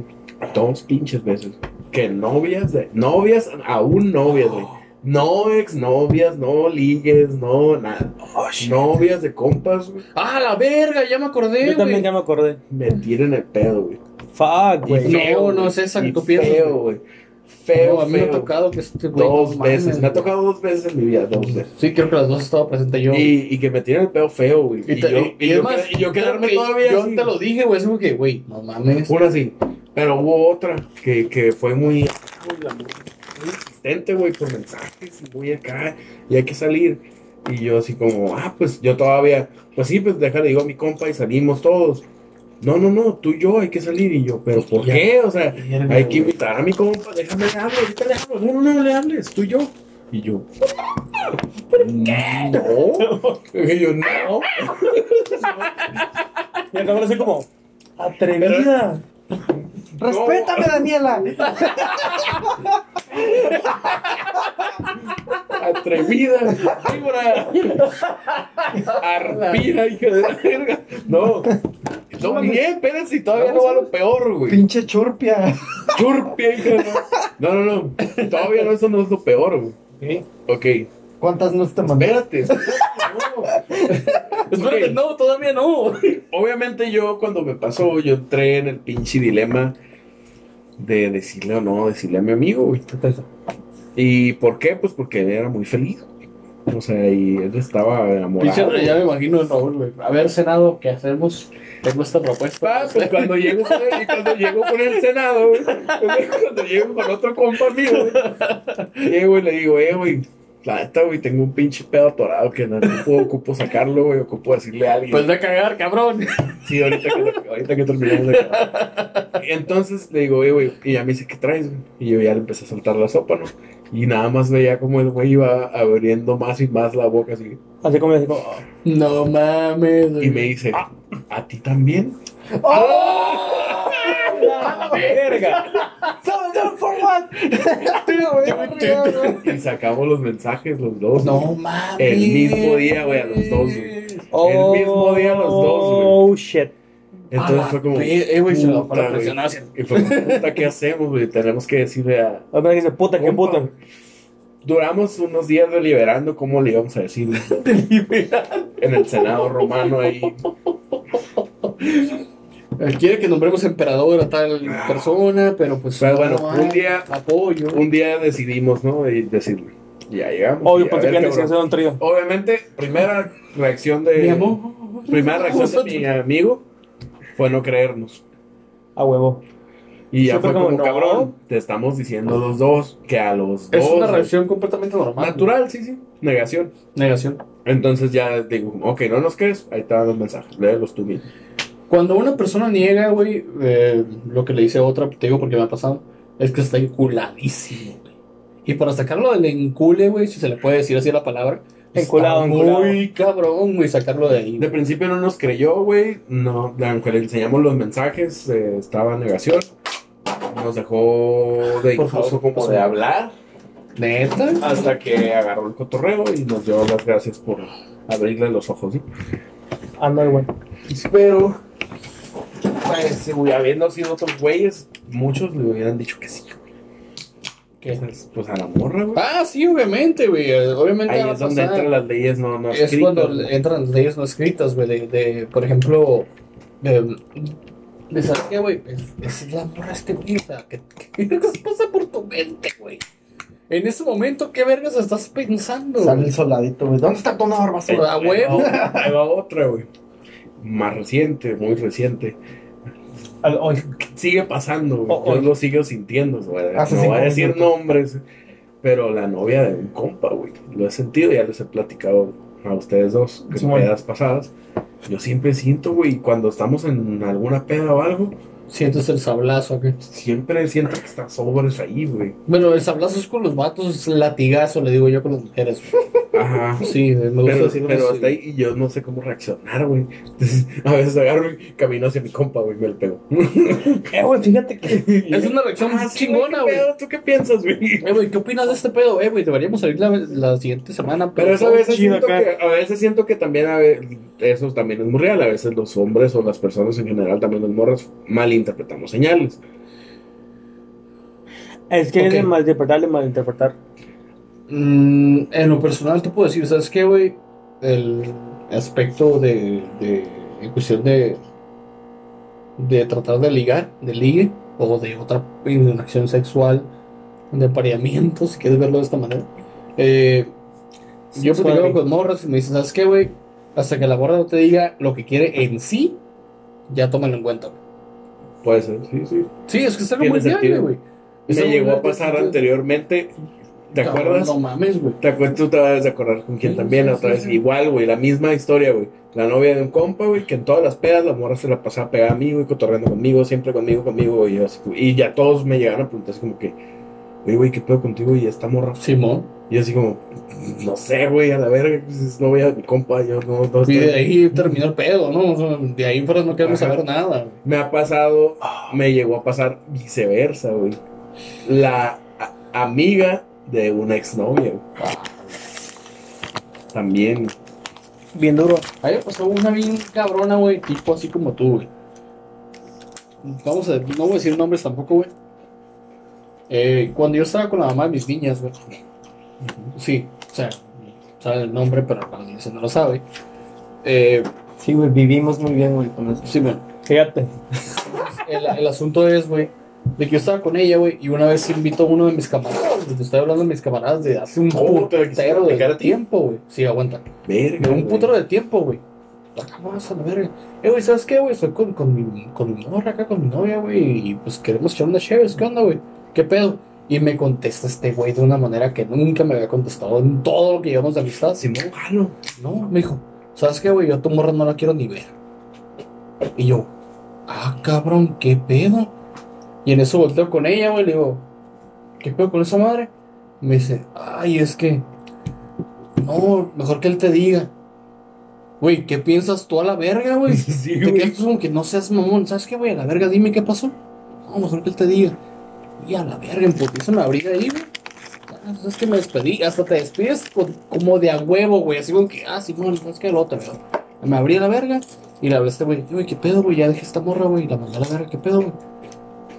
[SPEAKER 1] Dos pinches veces. Que novias, de, novias, aún novias, güey. No ex novias, no ligues, no nada. Novias de compas, güey.
[SPEAKER 2] Ah, la verga, ya me acordé,
[SPEAKER 4] Yo también
[SPEAKER 2] güey.
[SPEAKER 4] ya me acordé.
[SPEAKER 1] Me tiran el pedo, güey.
[SPEAKER 4] Fuck,
[SPEAKER 1] Güey,
[SPEAKER 4] güey.
[SPEAKER 2] No,
[SPEAKER 1] feo,
[SPEAKER 2] no
[SPEAKER 1] güey.
[SPEAKER 2] es esa que
[SPEAKER 1] Y
[SPEAKER 2] tú piensas,
[SPEAKER 1] Feo, güey. Feo,
[SPEAKER 2] No, a mí me
[SPEAKER 1] feo.
[SPEAKER 2] ha tocado que este güey, no
[SPEAKER 1] dos
[SPEAKER 2] mames,
[SPEAKER 1] veces. Me ha
[SPEAKER 2] güey.
[SPEAKER 1] tocado dos veces en mi vida, dos veces.
[SPEAKER 2] Sí, creo que las dos estaba presente yo.
[SPEAKER 1] Y, y que me tiran el pedo feo, güey. Y,
[SPEAKER 2] te-
[SPEAKER 1] yo,
[SPEAKER 2] y
[SPEAKER 1] y
[SPEAKER 2] es
[SPEAKER 1] yo
[SPEAKER 2] más,
[SPEAKER 1] qued- y yo quedarme
[SPEAKER 2] creo que
[SPEAKER 1] todavía
[SPEAKER 2] Yo
[SPEAKER 1] así.
[SPEAKER 2] te lo dije, güey, es como que, güey, no mames.
[SPEAKER 1] Una sí. Pero hubo otra que, que fue muy, muy insistente, güey, por mensajes y muy acá. Y hay que salir. Y yo así como, ah, pues yo todavía, pues sí, pues déjale, digo a mi compa y salimos todos. No, no, no, tú y yo hay que salir. Y yo, ¿pero por
[SPEAKER 4] Ya.
[SPEAKER 1] qué? O sea,
[SPEAKER 4] Mierda,
[SPEAKER 1] hay que
[SPEAKER 4] güey.
[SPEAKER 1] invitar a mi compa, déjame le hablo, ahorita le hablo. No, no, no le hables, tú y yo. Y yo, ¿por qué? No. Y yo, no.
[SPEAKER 4] Y el cabrón así como, atrevida.
[SPEAKER 3] Respétame, Daniela.
[SPEAKER 1] Atrevida, víbora, arpía, hija de la verga. No, no, Miguel, espérense, si todavía no va lo peor, güey.
[SPEAKER 3] Pinche churpia.
[SPEAKER 1] Churpia, hija de la- No, no, no, todavía no, eso no es lo peor, güey.
[SPEAKER 4] Ok.
[SPEAKER 1] Ok,
[SPEAKER 3] ¿Cuántas nuts te mandé?
[SPEAKER 1] espérate. No.
[SPEAKER 2] Espérate,
[SPEAKER 1] Ok,
[SPEAKER 2] no, todavía no.
[SPEAKER 1] Obviamente, yo cuando me pasó, yo entré en el pinche dilema de decirle o no, decirle a mi amigo, güey. ¿Y por qué? Pues porque él era muy feliz. O sea, y él estaba enamorado.
[SPEAKER 2] Pinche, ya me imagino el Raúl, güey. A ver, Senado, ¿qué hacemos? Tengo esta propuesta.
[SPEAKER 1] Pa, pues cuando llego con el, y cuando llego con el Senado, güey, cuando llego con otro compa mío, güey, llego y le digo, eh, güey, la neta, güey, tengo un pinche pedo atorado que no no puedo, ocupo sacarlo, güey, ocupo decirle a alguien.
[SPEAKER 2] Pues de cagar, cabrón.
[SPEAKER 1] Sí, ahorita que, ahorita que terminamos de grabar. Y Entonces le digo, "Ey, güey, y ya me dice, ¿qué traes? güey?" Y yo ya le empecé a soltar la sopa, ¿no? Y nada más veía como el güey iba abriendo más y más la boca, así.
[SPEAKER 4] Así como, así como, "Ah".
[SPEAKER 2] No mames, güey.
[SPEAKER 1] Y me dice, ¿a ti también?
[SPEAKER 4] ¡Ah, la verga!
[SPEAKER 3] Tell them for what? Tío, güey, tío, güey.
[SPEAKER 1] Y sacamos los mensajes los dos. güey.
[SPEAKER 2] No mames.
[SPEAKER 1] El mismo día, güey, a los dos, güey. El mismo día los dos, güey.
[SPEAKER 4] Oh, shit.
[SPEAKER 1] Entonces fue como.
[SPEAKER 2] Eh, güey, se lo
[SPEAKER 1] puta,
[SPEAKER 2] para
[SPEAKER 1] güey.
[SPEAKER 2] presionar hacia-
[SPEAKER 1] Y fue como, puta, ¿qué hacemos, güey? Tenemos que decirle a.
[SPEAKER 4] A ver, dice, puta, qué
[SPEAKER 1] Compa,
[SPEAKER 4] puta.
[SPEAKER 1] Duramos unos días deliberando cómo le íbamos a decir en el Senado romano ahí.
[SPEAKER 2] Eh, Quiere que nombremos emperador a tal persona, pero pues.
[SPEAKER 1] Pero bueno,
[SPEAKER 2] hay
[SPEAKER 1] un día-
[SPEAKER 2] Apoyo.
[SPEAKER 1] Un día decidimos, ¿no? De decirle. Y ya llegamos.
[SPEAKER 4] Obvio,
[SPEAKER 1] Y a
[SPEAKER 4] Oh, pensé
[SPEAKER 1] ver,
[SPEAKER 4] que
[SPEAKER 1] cabrón.
[SPEAKER 4] antes de un trío.
[SPEAKER 1] Obviamente, primera reacción de.
[SPEAKER 2] Mi amor.
[SPEAKER 1] Primera reacción de mi amigo fue no creernos.
[SPEAKER 4] A huevo.
[SPEAKER 1] Y ya fue
[SPEAKER 4] Siempre
[SPEAKER 1] como,
[SPEAKER 4] como, no.
[SPEAKER 1] cabrón, te estamos diciendo los dos que a los dos.
[SPEAKER 2] Es una
[SPEAKER 1] güey,
[SPEAKER 2] reacción completamente normal.
[SPEAKER 1] Natural, sí, sí. Negación.
[SPEAKER 2] Negación.
[SPEAKER 1] Entonces ya digo, ok, no nos crees, ahí te dan los mensajes, léelos tú mismo.
[SPEAKER 2] Cuando una persona niega, güey, eh, lo que le dice a otra, te digo porque me ha pasado, es que está enculadísimo, güey. Y para sacarlo del encule, güey, si se le puede decir así la palabra.
[SPEAKER 4] Enculado,
[SPEAKER 2] está
[SPEAKER 4] enculado.
[SPEAKER 2] Muy cabrón, güey, sacarlo de ahí.
[SPEAKER 1] De principio no nos creyó, güey, no, aunque le enseñamos los mensajes, eh, estaba en negación. Nos dejó de
[SPEAKER 2] Por
[SPEAKER 1] incluso
[SPEAKER 2] favor,
[SPEAKER 1] como
[SPEAKER 2] pásame.
[SPEAKER 1] de hablar
[SPEAKER 2] ¿Neta?
[SPEAKER 1] hasta que agarró el cotorreo y nos dio las gracias por abrirle los ojos, ¿sí?
[SPEAKER 4] Anda, güey.
[SPEAKER 1] Pero, pues, si güey, habiendo sido otros güeyes, muchos le hubieran dicho que sí.
[SPEAKER 2] ¿Qué?
[SPEAKER 1] Pues, pues a la morra, güey.
[SPEAKER 2] Ah, sí, obviamente, güey. eh, Obviamente
[SPEAKER 1] Ahí
[SPEAKER 2] va a
[SPEAKER 1] es donde
[SPEAKER 2] pasar.
[SPEAKER 1] entran las leyes no, no
[SPEAKER 2] Es
[SPEAKER 1] escritas,
[SPEAKER 2] cuando
[SPEAKER 1] güey.
[SPEAKER 2] entran las leyes no escritas, güey, de, de, por ejemplo, de, de ¿sabes qué, güey? Es, es la morra este güey, o sea, ¿qué, qué vergas pasa por tu mente, güey? En ese momento, ¿qué vergas estás pensando?
[SPEAKER 3] Sale
[SPEAKER 2] güey?
[SPEAKER 3] el soldadito, güey. ¿Dónde está tu honor,
[SPEAKER 1] Ahí
[SPEAKER 3] basura?
[SPEAKER 2] A huevo.
[SPEAKER 1] va- ahí va otra, güey. Más reciente, muy reciente.
[SPEAKER 4] Al- Oye,
[SPEAKER 1] Sigue pasando, güey.
[SPEAKER 4] Oh, oh.
[SPEAKER 1] Yo lo sigo sintiendo, güey.
[SPEAKER 3] Hace
[SPEAKER 1] No
[SPEAKER 3] cinco
[SPEAKER 1] voy a decir
[SPEAKER 3] minutos.
[SPEAKER 1] nombres, pero la novia de un compa, güey. Lo he sentido, ya les he platicado a ustedes dos en
[SPEAKER 4] Simón.
[SPEAKER 1] pedas pasadas. Yo siempre siento, güey, cuando estamos en alguna peda o algo,
[SPEAKER 2] Sientes el sablazo, güey.
[SPEAKER 1] siempre siento que están sobres ahí, güey.
[SPEAKER 2] Bueno, el sablazo es con los vatos, es latigazo, le digo yo con las mujeres. güey.
[SPEAKER 1] Ajá.
[SPEAKER 2] Sí, güey, me gusta
[SPEAKER 1] Pero,
[SPEAKER 2] decirlo
[SPEAKER 1] pero
[SPEAKER 2] así.
[SPEAKER 1] hasta ahí y yo no sé cómo reaccionar, güey. Entonces, a veces agarro y camino hacia mi compa, güey, y me lo pego.
[SPEAKER 4] Eh, güey, fíjate que.
[SPEAKER 2] Es una reacción
[SPEAKER 1] Ah, sí,
[SPEAKER 2] chingona,
[SPEAKER 1] ¿qué
[SPEAKER 2] güey.
[SPEAKER 1] pedo? ¿Tú qué piensas, güey?
[SPEAKER 2] Eh, güey, ¿qué opinas de este pedo? Eh, güey, deberíamos salir la, la siguiente semana.
[SPEAKER 1] Pero esa
[SPEAKER 2] esa
[SPEAKER 1] vez
[SPEAKER 4] chido
[SPEAKER 1] siento
[SPEAKER 4] acá.
[SPEAKER 1] que, a veces siento que también a ve- eso también es muy real. A veces los hombres o las personas en general, también los morros, malinterpretamos señales.
[SPEAKER 4] Es que
[SPEAKER 2] Ok.
[SPEAKER 4] es de malinterpretar, de malinterpretar.
[SPEAKER 2] Mm, en lo personal te puedo decir, ¿sabes qué, güey? El aspecto de, de en cuestión de de tratar de ligar, de ligue o de otra interacción sexual, de apareamiento, si quieres verlo de esta manera. Eh, yo he platicado con morras y me dicen, ¿sabes qué, güey? Hasta que la morra no te diga lo que quiere en sí, ya tómalo en cuenta. güey.
[SPEAKER 1] Puede ser, sí, sí.
[SPEAKER 2] Sí, es que es algo
[SPEAKER 1] Tiene
[SPEAKER 2] muy diario,
[SPEAKER 1] sentido.
[SPEAKER 2] güey.
[SPEAKER 1] Me
[SPEAKER 2] Es algo
[SPEAKER 1] llegó
[SPEAKER 2] muy
[SPEAKER 1] a pasar
[SPEAKER 2] diario,
[SPEAKER 1] anteriormente. ¿Te
[SPEAKER 2] cabrón,
[SPEAKER 1] acuerdas?
[SPEAKER 2] No mames, güey.
[SPEAKER 1] Te acuerdas, tú te vas a acordar con quién
[SPEAKER 2] Sí,
[SPEAKER 1] también,
[SPEAKER 2] sí,
[SPEAKER 1] otra
[SPEAKER 2] sí,
[SPEAKER 1] vez.
[SPEAKER 2] sí.
[SPEAKER 1] Igual, güey, la misma historia, güey. La novia de un compa, güey, que en todas las pedas la morra se la pasaba pegada a mí, güey, cotorreando conmigo, siempre conmigo, conmigo, güey. y yo así, Y ya todos me llegaron a preguntar, así como que, güey, güey, ¿qué pedo contigo? Y esta morra.
[SPEAKER 2] Simón.
[SPEAKER 1] Y yo así como, no sé, güey, a la verga, pues, no voy a mi compa, yo no, no
[SPEAKER 2] Y de
[SPEAKER 1] estoy-
[SPEAKER 2] ahí terminó el pedo, ¿no? O sea, de ahí fuera no queremos
[SPEAKER 1] Ajá.
[SPEAKER 2] saber nada. güey.
[SPEAKER 1] Me ha pasado, me llegó a pasar viceversa, güey. La a- amiga de una exnovia, güey. También.
[SPEAKER 4] Bien duro.
[SPEAKER 2] A mí me pasó una bien cabrona, güey, tipo así como tú, güey. Vamos a, no voy a decir nombres tampoco, güey. Eh, cuando yo estaba con la mamá de mis niñas, güey. Sí, o sea, sabe el nombre, pero la audiencia no lo sabe. Eh,
[SPEAKER 3] Sí, güey, vivimos muy bien, güey, con eso.
[SPEAKER 2] sí, bueno,
[SPEAKER 4] Fíjate.
[SPEAKER 2] el, el asunto es, güey, de que yo estaba con ella, güey, y una vez invitó a uno de mis camaradas, güey, te estoy hablando de mis camaradas de hace un
[SPEAKER 1] Oh, te la quisieron
[SPEAKER 2] putero
[SPEAKER 1] aplicar
[SPEAKER 2] de
[SPEAKER 1] a ti.
[SPEAKER 2] tiempo, güey. Sí, aguanta.
[SPEAKER 1] Verga.
[SPEAKER 2] De un
[SPEAKER 1] güey.
[SPEAKER 2] putero de tiempo, güey. Acá vas a la verga. Eh, güey, ¿sabes qué, güey? Estoy con, con, mi, con mi morra acá, con mi novia, güey. Y pues queremos echar unas chéves. ¿Qué onda, güey? ¿Qué pedo? Y me contesta este güey de una manera que nunca me había contestado en todo lo que llevamos de amistad.
[SPEAKER 1] Simón, jalo.
[SPEAKER 2] No, me dijo, ¿sabes qué, güey? Yo a tu morra no la quiero ni ver. Y yo, ah, cabrón, qué pedo. Y en eso volteo con ella, güey, le digo, ¿qué pedo con esa madre? Me dice, ay, es que, no, mejor que él te diga. Güey, ¿qué piensas tú a la verga, güey?
[SPEAKER 1] Sí,
[SPEAKER 2] Te
[SPEAKER 1] güey.
[SPEAKER 2] quedas como que no seas mamón, ¿sabes qué, güey? A la verga, dime qué pasó. No, mejor que él te diga. Y a la verga, en putiza me abrí de ahí, güey. Ah, pues Es que me despedí, hasta te despides con- como de a huevo, güey. Así como que, ah, Simón, ¿sabes qué? El otro, güey. Me abrí a la verga y le hablé a este güey. Güey, ¿qué pedo, güey? Ya dejé esta morra, güey. La mandé a la verga, ¿qué pedo, güey?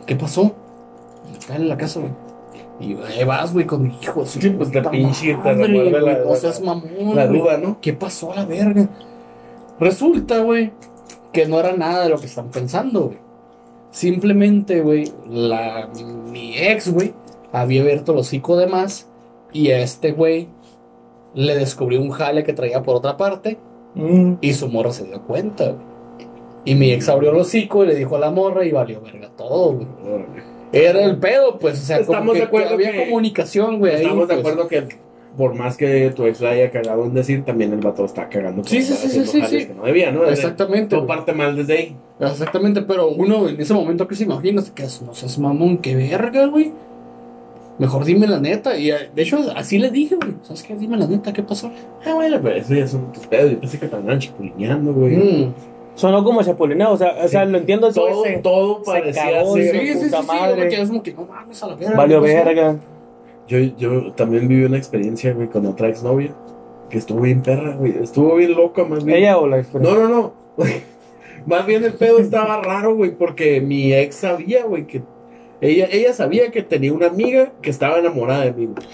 [SPEAKER 2] ¿Qué pasó? Cae en la casa, güey. Y yo, ahí vas, güey, con mi hijo. así,
[SPEAKER 1] Sí, pues, la
[SPEAKER 2] puta
[SPEAKER 1] pinche, te
[SPEAKER 2] madre,
[SPEAKER 1] recuerda la-
[SPEAKER 2] güey,
[SPEAKER 1] la-
[SPEAKER 2] No seas mamón.
[SPEAKER 1] La
[SPEAKER 2] güey.
[SPEAKER 1] duda, ¿no?
[SPEAKER 2] ¿Qué pasó a la verga? Resulta, güey, que no era nada de lo que están pensando, güey. Simplemente, güey, la, mi ex, güey, había abierto el hocico de más y a este güey le descubrió un jale que traía por otra parte
[SPEAKER 3] Mm,
[SPEAKER 2] y su morra se dio cuenta, güey. Y mi ex abrió el hocico y le dijo a la morra y valió verga todo, güey.
[SPEAKER 1] Órale.
[SPEAKER 2] Era el pedo, pues, o sea, como
[SPEAKER 1] Estamos
[SPEAKER 2] que-
[SPEAKER 1] de acuerdo
[SPEAKER 2] que había
[SPEAKER 1] que-
[SPEAKER 2] comunicación, güey. ahí,
[SPEAKER 1] Estamos de
[SPEAKER 2] pues.
[SPEAKER 1] acuerdo que por más que tu ex la haya cagado en decir, también el vato está cagando. por
[SPEAKER 2] Sí, sí,
[SPEAKER 1] estar
[SPEAKER 2] sí,
[SPEAKER 1] haciendo
[SPEAKER 2] sí, sí,
[SPEAKER 1] jales
[SPEAKER 2] sí.
[SPEAKER 1] Que no debía, ¿no? Desde-
[SPEAKER 2] Exactamente.
[SPEAKER 1] Todo
[SPEAKER 2] güey.
[SPEAKER 1] parte mal desde ahí.
[SPEAKER 2] Exactamente, pero uno en ese momento que se imagina, se queda, no seas mamón, qué verga, güey. Mejor dime la neta. Y eh, de hecho, así le dije, güey. ¿Sabes qué? Dime la neta, ¿qué pasó?
[SPEAKER 1] Ah, bueno, pero eso ya son tus pedos. Yo pensé que te andaban chapulineando, güey.
[SPEAKER 2] Mm.
[SPEAKER 4] Sonó como chapulineo, o sea, o sea, lo entiendo. eso
[SPEAKER 1] Todo,
[SPEAKER 4] ese-
[SPEAKER 1] todo
[SPEAKER 4] se
[SPEAKER 1] parecía
[SPEAKER 4] cagó,
[SPEAKER 1] ser-
[SPEAKER 2] Sí, sí, sí, sí,
[SPEAKER 4] puta
[SPEAKER 2] sí,
[SPEAKER 4] madre.
[SPEAKER 2] yo me quedé como que no mames a la verga.
[SPEAKER 4] Valió
[SPEAKER 2] ¿qué pasó?
[SPEAKER 4] verga.
[SPEAKER 1] Yo, yo también viví una experiencia, güey, con otra exnovia. Que estuvo bien perra, güey. Estuvo bien loca, más bien.
[SPEAKER 4] Ella o la
[SPEAKER 1] No, no, no. Más bien el pedo estaba raro, güey, porque mi ex sabía, güey, que ella, ella sabía que tenía una amiga que estaba enamorada de mí. güey.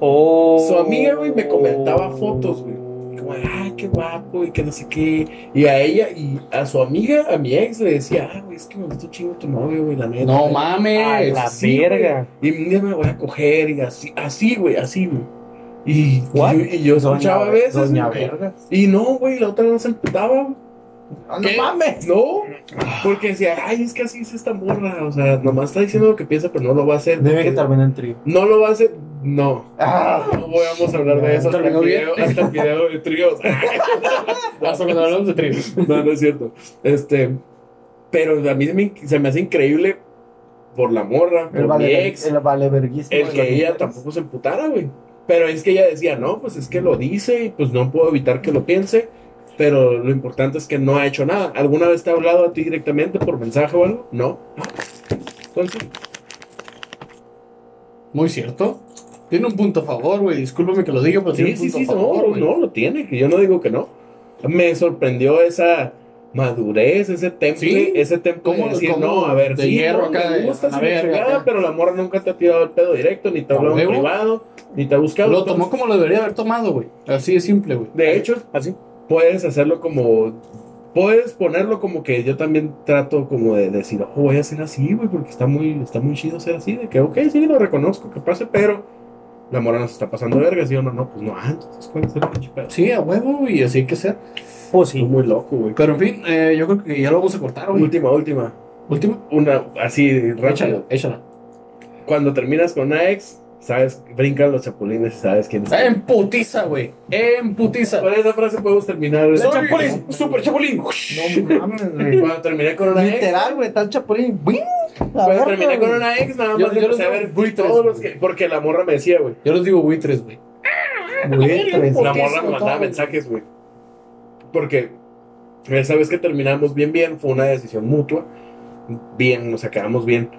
[SPEAKER 4] Oh.
[SPEAKER 1] Su amiga, güey, me comentaba fotos, güey. Como, ay, qué guapo y que no sé qué. Y a ella y a su amiga, a mi ex, le decía, ah, güey, es que me gustó chingo tu novio, güey, la neta.
[SPEAKER 2] No
[SPEAKER 4] A
[SPEAKER 2] mames.
[SPEAKER 4] la
[SPEAKER 1] Sí,
[SPEAKER 4] verga.
[SPEAKER 1] Y un día me voy a coger y así, así, güey, así, güey. Y,
[SPEAKER 4] What?
[SPEAKER 1] y yo, y yo escuchaba a veces.
[SPEAKER 3] Doña
[SPEAKER 1] güey,
[SPEAKER 3] Verga.
[SPEAKER 1] y no, güey, la otra no se emputaba, güey.
[SPEAKER 3] Ah, no
[SPEAKER 1] ¿Qué?
[SPEAKER 3] mames.
[SPEAKER 1] No, porque decía, ay, es que así es esta morra. O sea, nomás está diciendo lo que piensa, pero no lo va a hacer.
[SPEAKER 3] Debe que
[SPEAKER 1] porque
[SPEAKER 3] termine en trío.
[SPEAKER 1] No lo va a hacer, no.
[SPEAKER 3] Ah.
[SPEAKER 1] No vamos a hablar de eso hasta el
[SPEAKER 2] ¿Terminó bien?
[SPEAKER 1] video, hasta el video de tríos.
[SPEAKER 2] Hasta cuando hablamos de tríos.
[SPEAKER 1] No, no es cierto. Este, pero a mí se me, se me hace increíble por la morra,
[SPEAKER 3] El
[SPEAKER 1] por mi
[SPEAKER 3] vale,
[SPEAKER 1] ex,
[SPEAKER 3] el vale verguísimo.
[SPEAKER 1] el
[SPEAKER 3] de
[SPEAKER 1] que
[SPEAKER 3] las
[SPEAKER 2] Pues
[SPEAKER 1] ella
[SPEAKER 3] mujeres.
[SPEAKER 1] tampoco se emputara, güey. Pero es que ella decía, no, pues es que lo dice y pues no puedo evitar que lo piense. Pero lo importante es que no ha hecho nada. ¿Alguna vez te ha hablado a ti directamente por mensaje o algo? No. Pues Ah. Entonces,
[SPEAKER 2] Muy cierto. Tiene un punto a favor, güey. Discúlpame que lo diga, pero Pues tiene
[SPEAKER 1] sí,
[SPEAKER 2] un
[SPEAKER 1] sí,
[SPEAKER 2] punto
[SPEAKER 1] sí,
[SPEAKER 2] a favor.
[SPEAKER 1] no,
[SPEAKER 2] güey.
[SPEAKER 1] no, lo tiene, que yo no digo que no. Me sorprendió esa madurez, ese temple,
[SPEAKER 2] Sí.
[SPEAKER 1] ese temple
[SPEAKER 2] ¿Cómo-
[SPEAKER 1] de decir,
[SPEAKER 2] cómo
[SPEAKER 1] no, a ver,
[SPEAKER 2] de
[SPEAKER 1] sí,
[SPEAKER 2] hierro
[SPEAKER 1] no,
[SPEAKER 2] acá
[SPEAKER 1] me
[SPEAKER 2] de-
[SPEAKER 1] gusta
[SPEAKER 2] a
[SPEAKER 1] esa
[SPEAKER 2] ver,
[SPEAKER 1] chingada,
[SPEAKER 2] acá.
[SPEAKER 1] pero la morra nunca te ha tirado el pedo directo, ni te ha
[SPEAKER 2] ¿A
[SPEAKER 1] hablado en
[SPEAKER 2] huevo?
[SPEAKER 1] privado, ni te ha buscado.
[SPEAKER 2] Lo
[SPEAKER 1] Entonces,
[SPEAKER 2] tomó como lo debería haber tomado, güey. Así de simple, güey.
[SPEAKER 1] De hecho,
[SPEAKER 4] Así.
[SPEAKER 1] puedes hacerlo como... Puedes ponerlo como que yo también trato como de decir, oh, voy a ser así, güey, porque está muy, está muy chido ser así, de que, ok, sí, lo reconozco, que pase, pero la morra nos está pasando verga, ¿sí o no? No, pues no, ah, entonces, ¿cuál es el pinche pedo?
[SPEAKER 2] Sí, a huevo, y así hay que ser.
[SPEAKER 4] Pues
[SPEAKER 1] Estuvo
[SPEAKER 4] sí.
[SPEAKER 1] muy loco, güey.
[SPEAKER 2] Pero en fin, eh, yo creo que ya lo vamos a cortar, güey.
[SPEAKER 1] Última, última.
[SPEAKER 2] Última.
[SPEAKER 1] Una, así,
[SPEAKER 2] Échala,
[SPEAKER 1] rápido.
[SPEAKER 2] échala.
[SPEAKER 1] Cuando terminas con una ex, sabes, brincan los chapulines y sabes quién es.
[SPEAKER 2] En putiza, güey. En putiza.
[SPEAKER 1] Con esa frase podemos terminar. güey.
[SPEAKER 2] Soy
[SPEAKER 1] Chapulín.
[SPEAKER 2] super chapulín.
[SPEAKER 3] No mames, güey.
[SPEAKER 1] Cuando terminé con una ex,
[SPEAKER 3] Literal, güey, tal chapulín. ¡Bing! La
[SPEAKER 1] cuando
[SPEAKER 3] verga,
[SPEAKER 1] terminé con
[SPEAKER 3] güey.
[SPEAKER 1] una ex, nada
[SPEAKER 2] Yo-
[SPEAKER 1] más
[SPEAKER 2] yo
[SPEAKER 1] empecé
[SPEAKER 2] los
[SPEAKER 1] a
[SPEAKER 2] veo
[SPEAKER 1] ver
[SPEAKER 2] buitres,
[SPEAKER 1] todos los
[SPEAKER 2] güey.
[SPEAKER 1] que, porque la morra me decía, güey.
[SPEAKER 2] Yo les digo buitres, güey.
[SPEAKER 3] Buitres.
[SPEAKER 1] La
[SPEAKER 2] Putísimo
[SPEAKER 1] morra me mandaba
[SPEAKER 2] todo.
[SPEAKER 1] mensajes, güey. Porque esa vez que terminamos bien, bien, fue una decisión mutua. Bien, nos acabamos bien.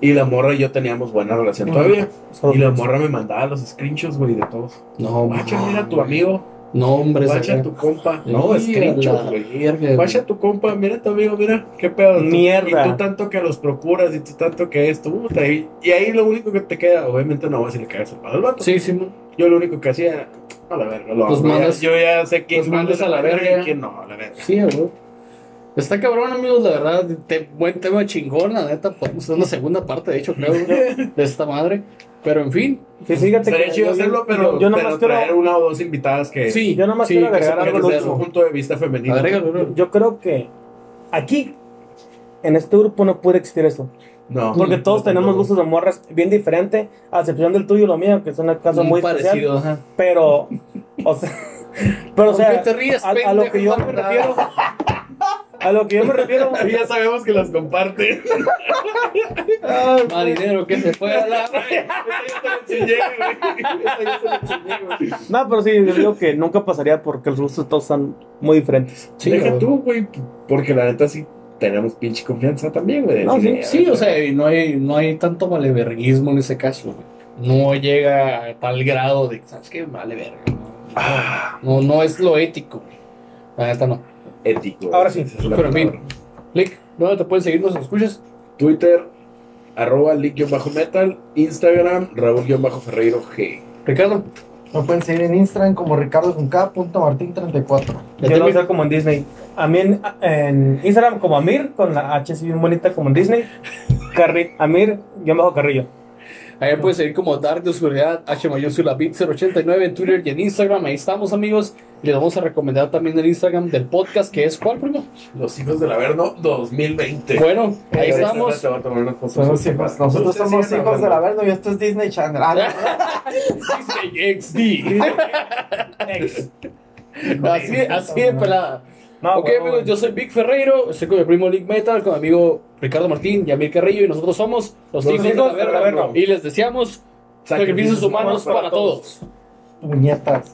[SPEAKER 1] Y la morra y yo teníamos buena relación todavía. Y la morra me mandaba los screenshots, güey, de todos.
[SPEAKER 2] No,
[SPEAKER 1] Guacha,
[SPEAKER 2] mames.
[SPEAKER 1] mira tu amigo.
[SPEAKER 2] No, hombre,
[SPEAKER 1] Guacha
[SPEAKER 2] saca.
[SPEAKER 1] tu compa. No, screenshots, güey. Guacha
[SPEAKER 2] Guacha.
[SPEAKER 1] tu compa, mira tu amigo, mira. Qué pedo. tú-
[SPEAKER 4] Mierda.
[SPEAKER 1] Y tú tanto que los procuras y tú tanto que esto. puta, y, y ahí lo único que te queda, obviamente no vas y le cagas el palo al vato.
[SPEAKER 2] Sí, sí, man.
[SPEAKER 1] Yo lo único que hacía, a la verga, lo
[SPEAKER 2] Los
[SPEAKER 4] Pues
[SPEAKER 1] amo, ya-
[SPEAKER 2] mandas-
[SPEAKER 1] Yo ya sé quién
[SPEAKER 2] los
[SPEAKER 1] manda
[SPEAKER 2] mandas a la verga.
[SPEAKER 1] y quién no, a la verga.
[SPEAKER 2] Sí, güey. Está cabrón, amigos, la verdad. te- buen tema chingón, la neta. Podemos hacer una segunda parte, de hecho, creo, güey, de esta madre. Pero en fin.
[SPEAKER 4] Sí, fíjate
[SPEAKER 1] Estaría
[SPEAKER 4] que
[SPEAKER 1] chido
[SPEAKER 4] yo-
[SPEAKER 1] hacerlo,
[SPEAKER 4] yo-
[SPEAKER 1] pero,
[SPEAKER 4] yo nomás
[SPEAKER 1] pero
[SPEAKER 4] quiero-
[SPEAKER 1] traer una o dos invitadas que
[SPEAKER 2] Sí,
[SPEAKER 4] yo nomás
[SPEAKER 2] sí,
[SPEAKER 4] quiero
[SPEAKER 2] que se
[SPEAKER 4] agregar algo,
[SPEAKER 2] puede
[SPEAKER 1] desde
[SPEAKER 2] hacer.
[SPEAKER 1] su punto de vista femenino.
[SPEAKER 2] Agrégalo, bro.
[SPEAKER 4] Yo creo que aquí, en este grupo, no puede existir eso.
[SPEAKER 1] No,
[SPEAKER 4] Porque todos
[SPEAKER 1] no, no,
[SPEAKER 4] tenemos
[SPEAKER 1] no.
[SPEAKER 4] gustos de morras bien diferentes, a excepción del tuyo y lo mío, que son una casa
[SPEAKER 2] Muy
[SPEAKER 4] muy especial.
[SPEAKER 2] parecido, ajá.
[SPEAKER 4] Pero, o sea, pero, o
[SPEAKER 2] ¿Por
[SPEAKER 4] sea,
[SPEAKER 2] qué te ríes,
[SPEAKER 4] a, a lo que yo me
[SPEAKER 2] pendejo?
[SPEAKER 4] refiero, a lo que yo me refiero,
[SPEAKER 1] Y ya sabemos que las comparte.
[SPEAKER 2] Marinero, que se fue a la.
[SPEAKER 4] no, pero sí, yo digo que nunca pasaría porque los gustos de todos son muy diferentes.
[SPEAKER 2] Sí,
[SPEAKER 1] Deja
[SPEAKER 2] güey.
[SPEAKER 1] tú, güey, porque la neta sí tenemos pinche confianza también, güey. de
[SPEAKER 4] No,
[SPEAKER 1] decirle,
[SPEAKER 2] Sí,
[SPEAKER 1] "Ah,
[SPEAKER 2] o sea, y no hay, no hay tanto valeverguismo en ese caso. güey. No llega a tal grado de, ¿sabes qué? Vale verga.
[SPEAKER 1] ah,
[SPEAKER 2] No, no es lo ético. güey. La neta no.
[SPEAKER 1] ético.
[SPEAKER 4] Ahora sí,
[SPEAKER 1] Esa es la
[SPEAKER 2] pero en
[SPEAKER 1] palabra.
[SPEAKER 2] fin. Lick, ¿dónde te pueden seguir? ¿Nos escuchas?
[SPEAKER 1] Twitter, arroba leak-metal, Instagram, Raúl-Ferreiro G.
[SPEAKER 2] Ricardo.
[SPEAKER 3] Me pueden seguir en Instagram como ricardojuncada.martin34.
[SPEAKER 2] Ya
[SPEAKER 4] Yo
[SPEAKER 2] te
[SPEAKER 4] lo
[SPEAKER 2] vi.
[SPEAKER 4] veo como en Disney. A mí en, en Instagram como Amir, con la H así bien bonita como en Disney. Carri, Amir, yo bajo Carrillo.
[SPEAKER 2] Ahí pueden seguir como Dark de Oscuridad, H mayúscula Bit 089 en Twitter y en Instagram. Ahí estamos, amigos. Les vamos a recomendar también el Instagram del podcast, que es ¿cuál, primo?
[SPEAKER 1] Los hijos del Averno 2020.
[SPEAKER 2] Bueno, ahí
[SPEAKER 1] Ahorita
[SPEAKER 2] estamos.
[SPEAKER 1] te voy a tomar unas fotos.
[SPEAKER 3] Somos hijos, nosotros
[SPEAKER 1] Ustedes
[SPEAKER 3] somos
[SPEAKER 1] sigan
[SPEAKER 3] hijos de la
[SPEAKER 1] hablando.
[SPEAKER 3] verga y esto es Disney Channel. Ah, no.
[SPEAKER 2] XD. Así, así de pelada.
[SPEAKER 4] No,
[SPEAKER 2] ok,
[SPEAKER 4] huevo,
[SPEAKER 2] amigos,
[SPEAKER 4] güey.
[SPEAKER 2] yo soy Vic Ferreiro, estoy con mi primo Nick Metal, con mi amigo Ricardo Martín y Amir Carrillo, y nosotros somos los, hijos de la verga.
[SPEAKER 1] verga.
[SPEAKER 2] Y les deseamos sacrificios humanos para todos.
[SPEAKER 3] Puñetas.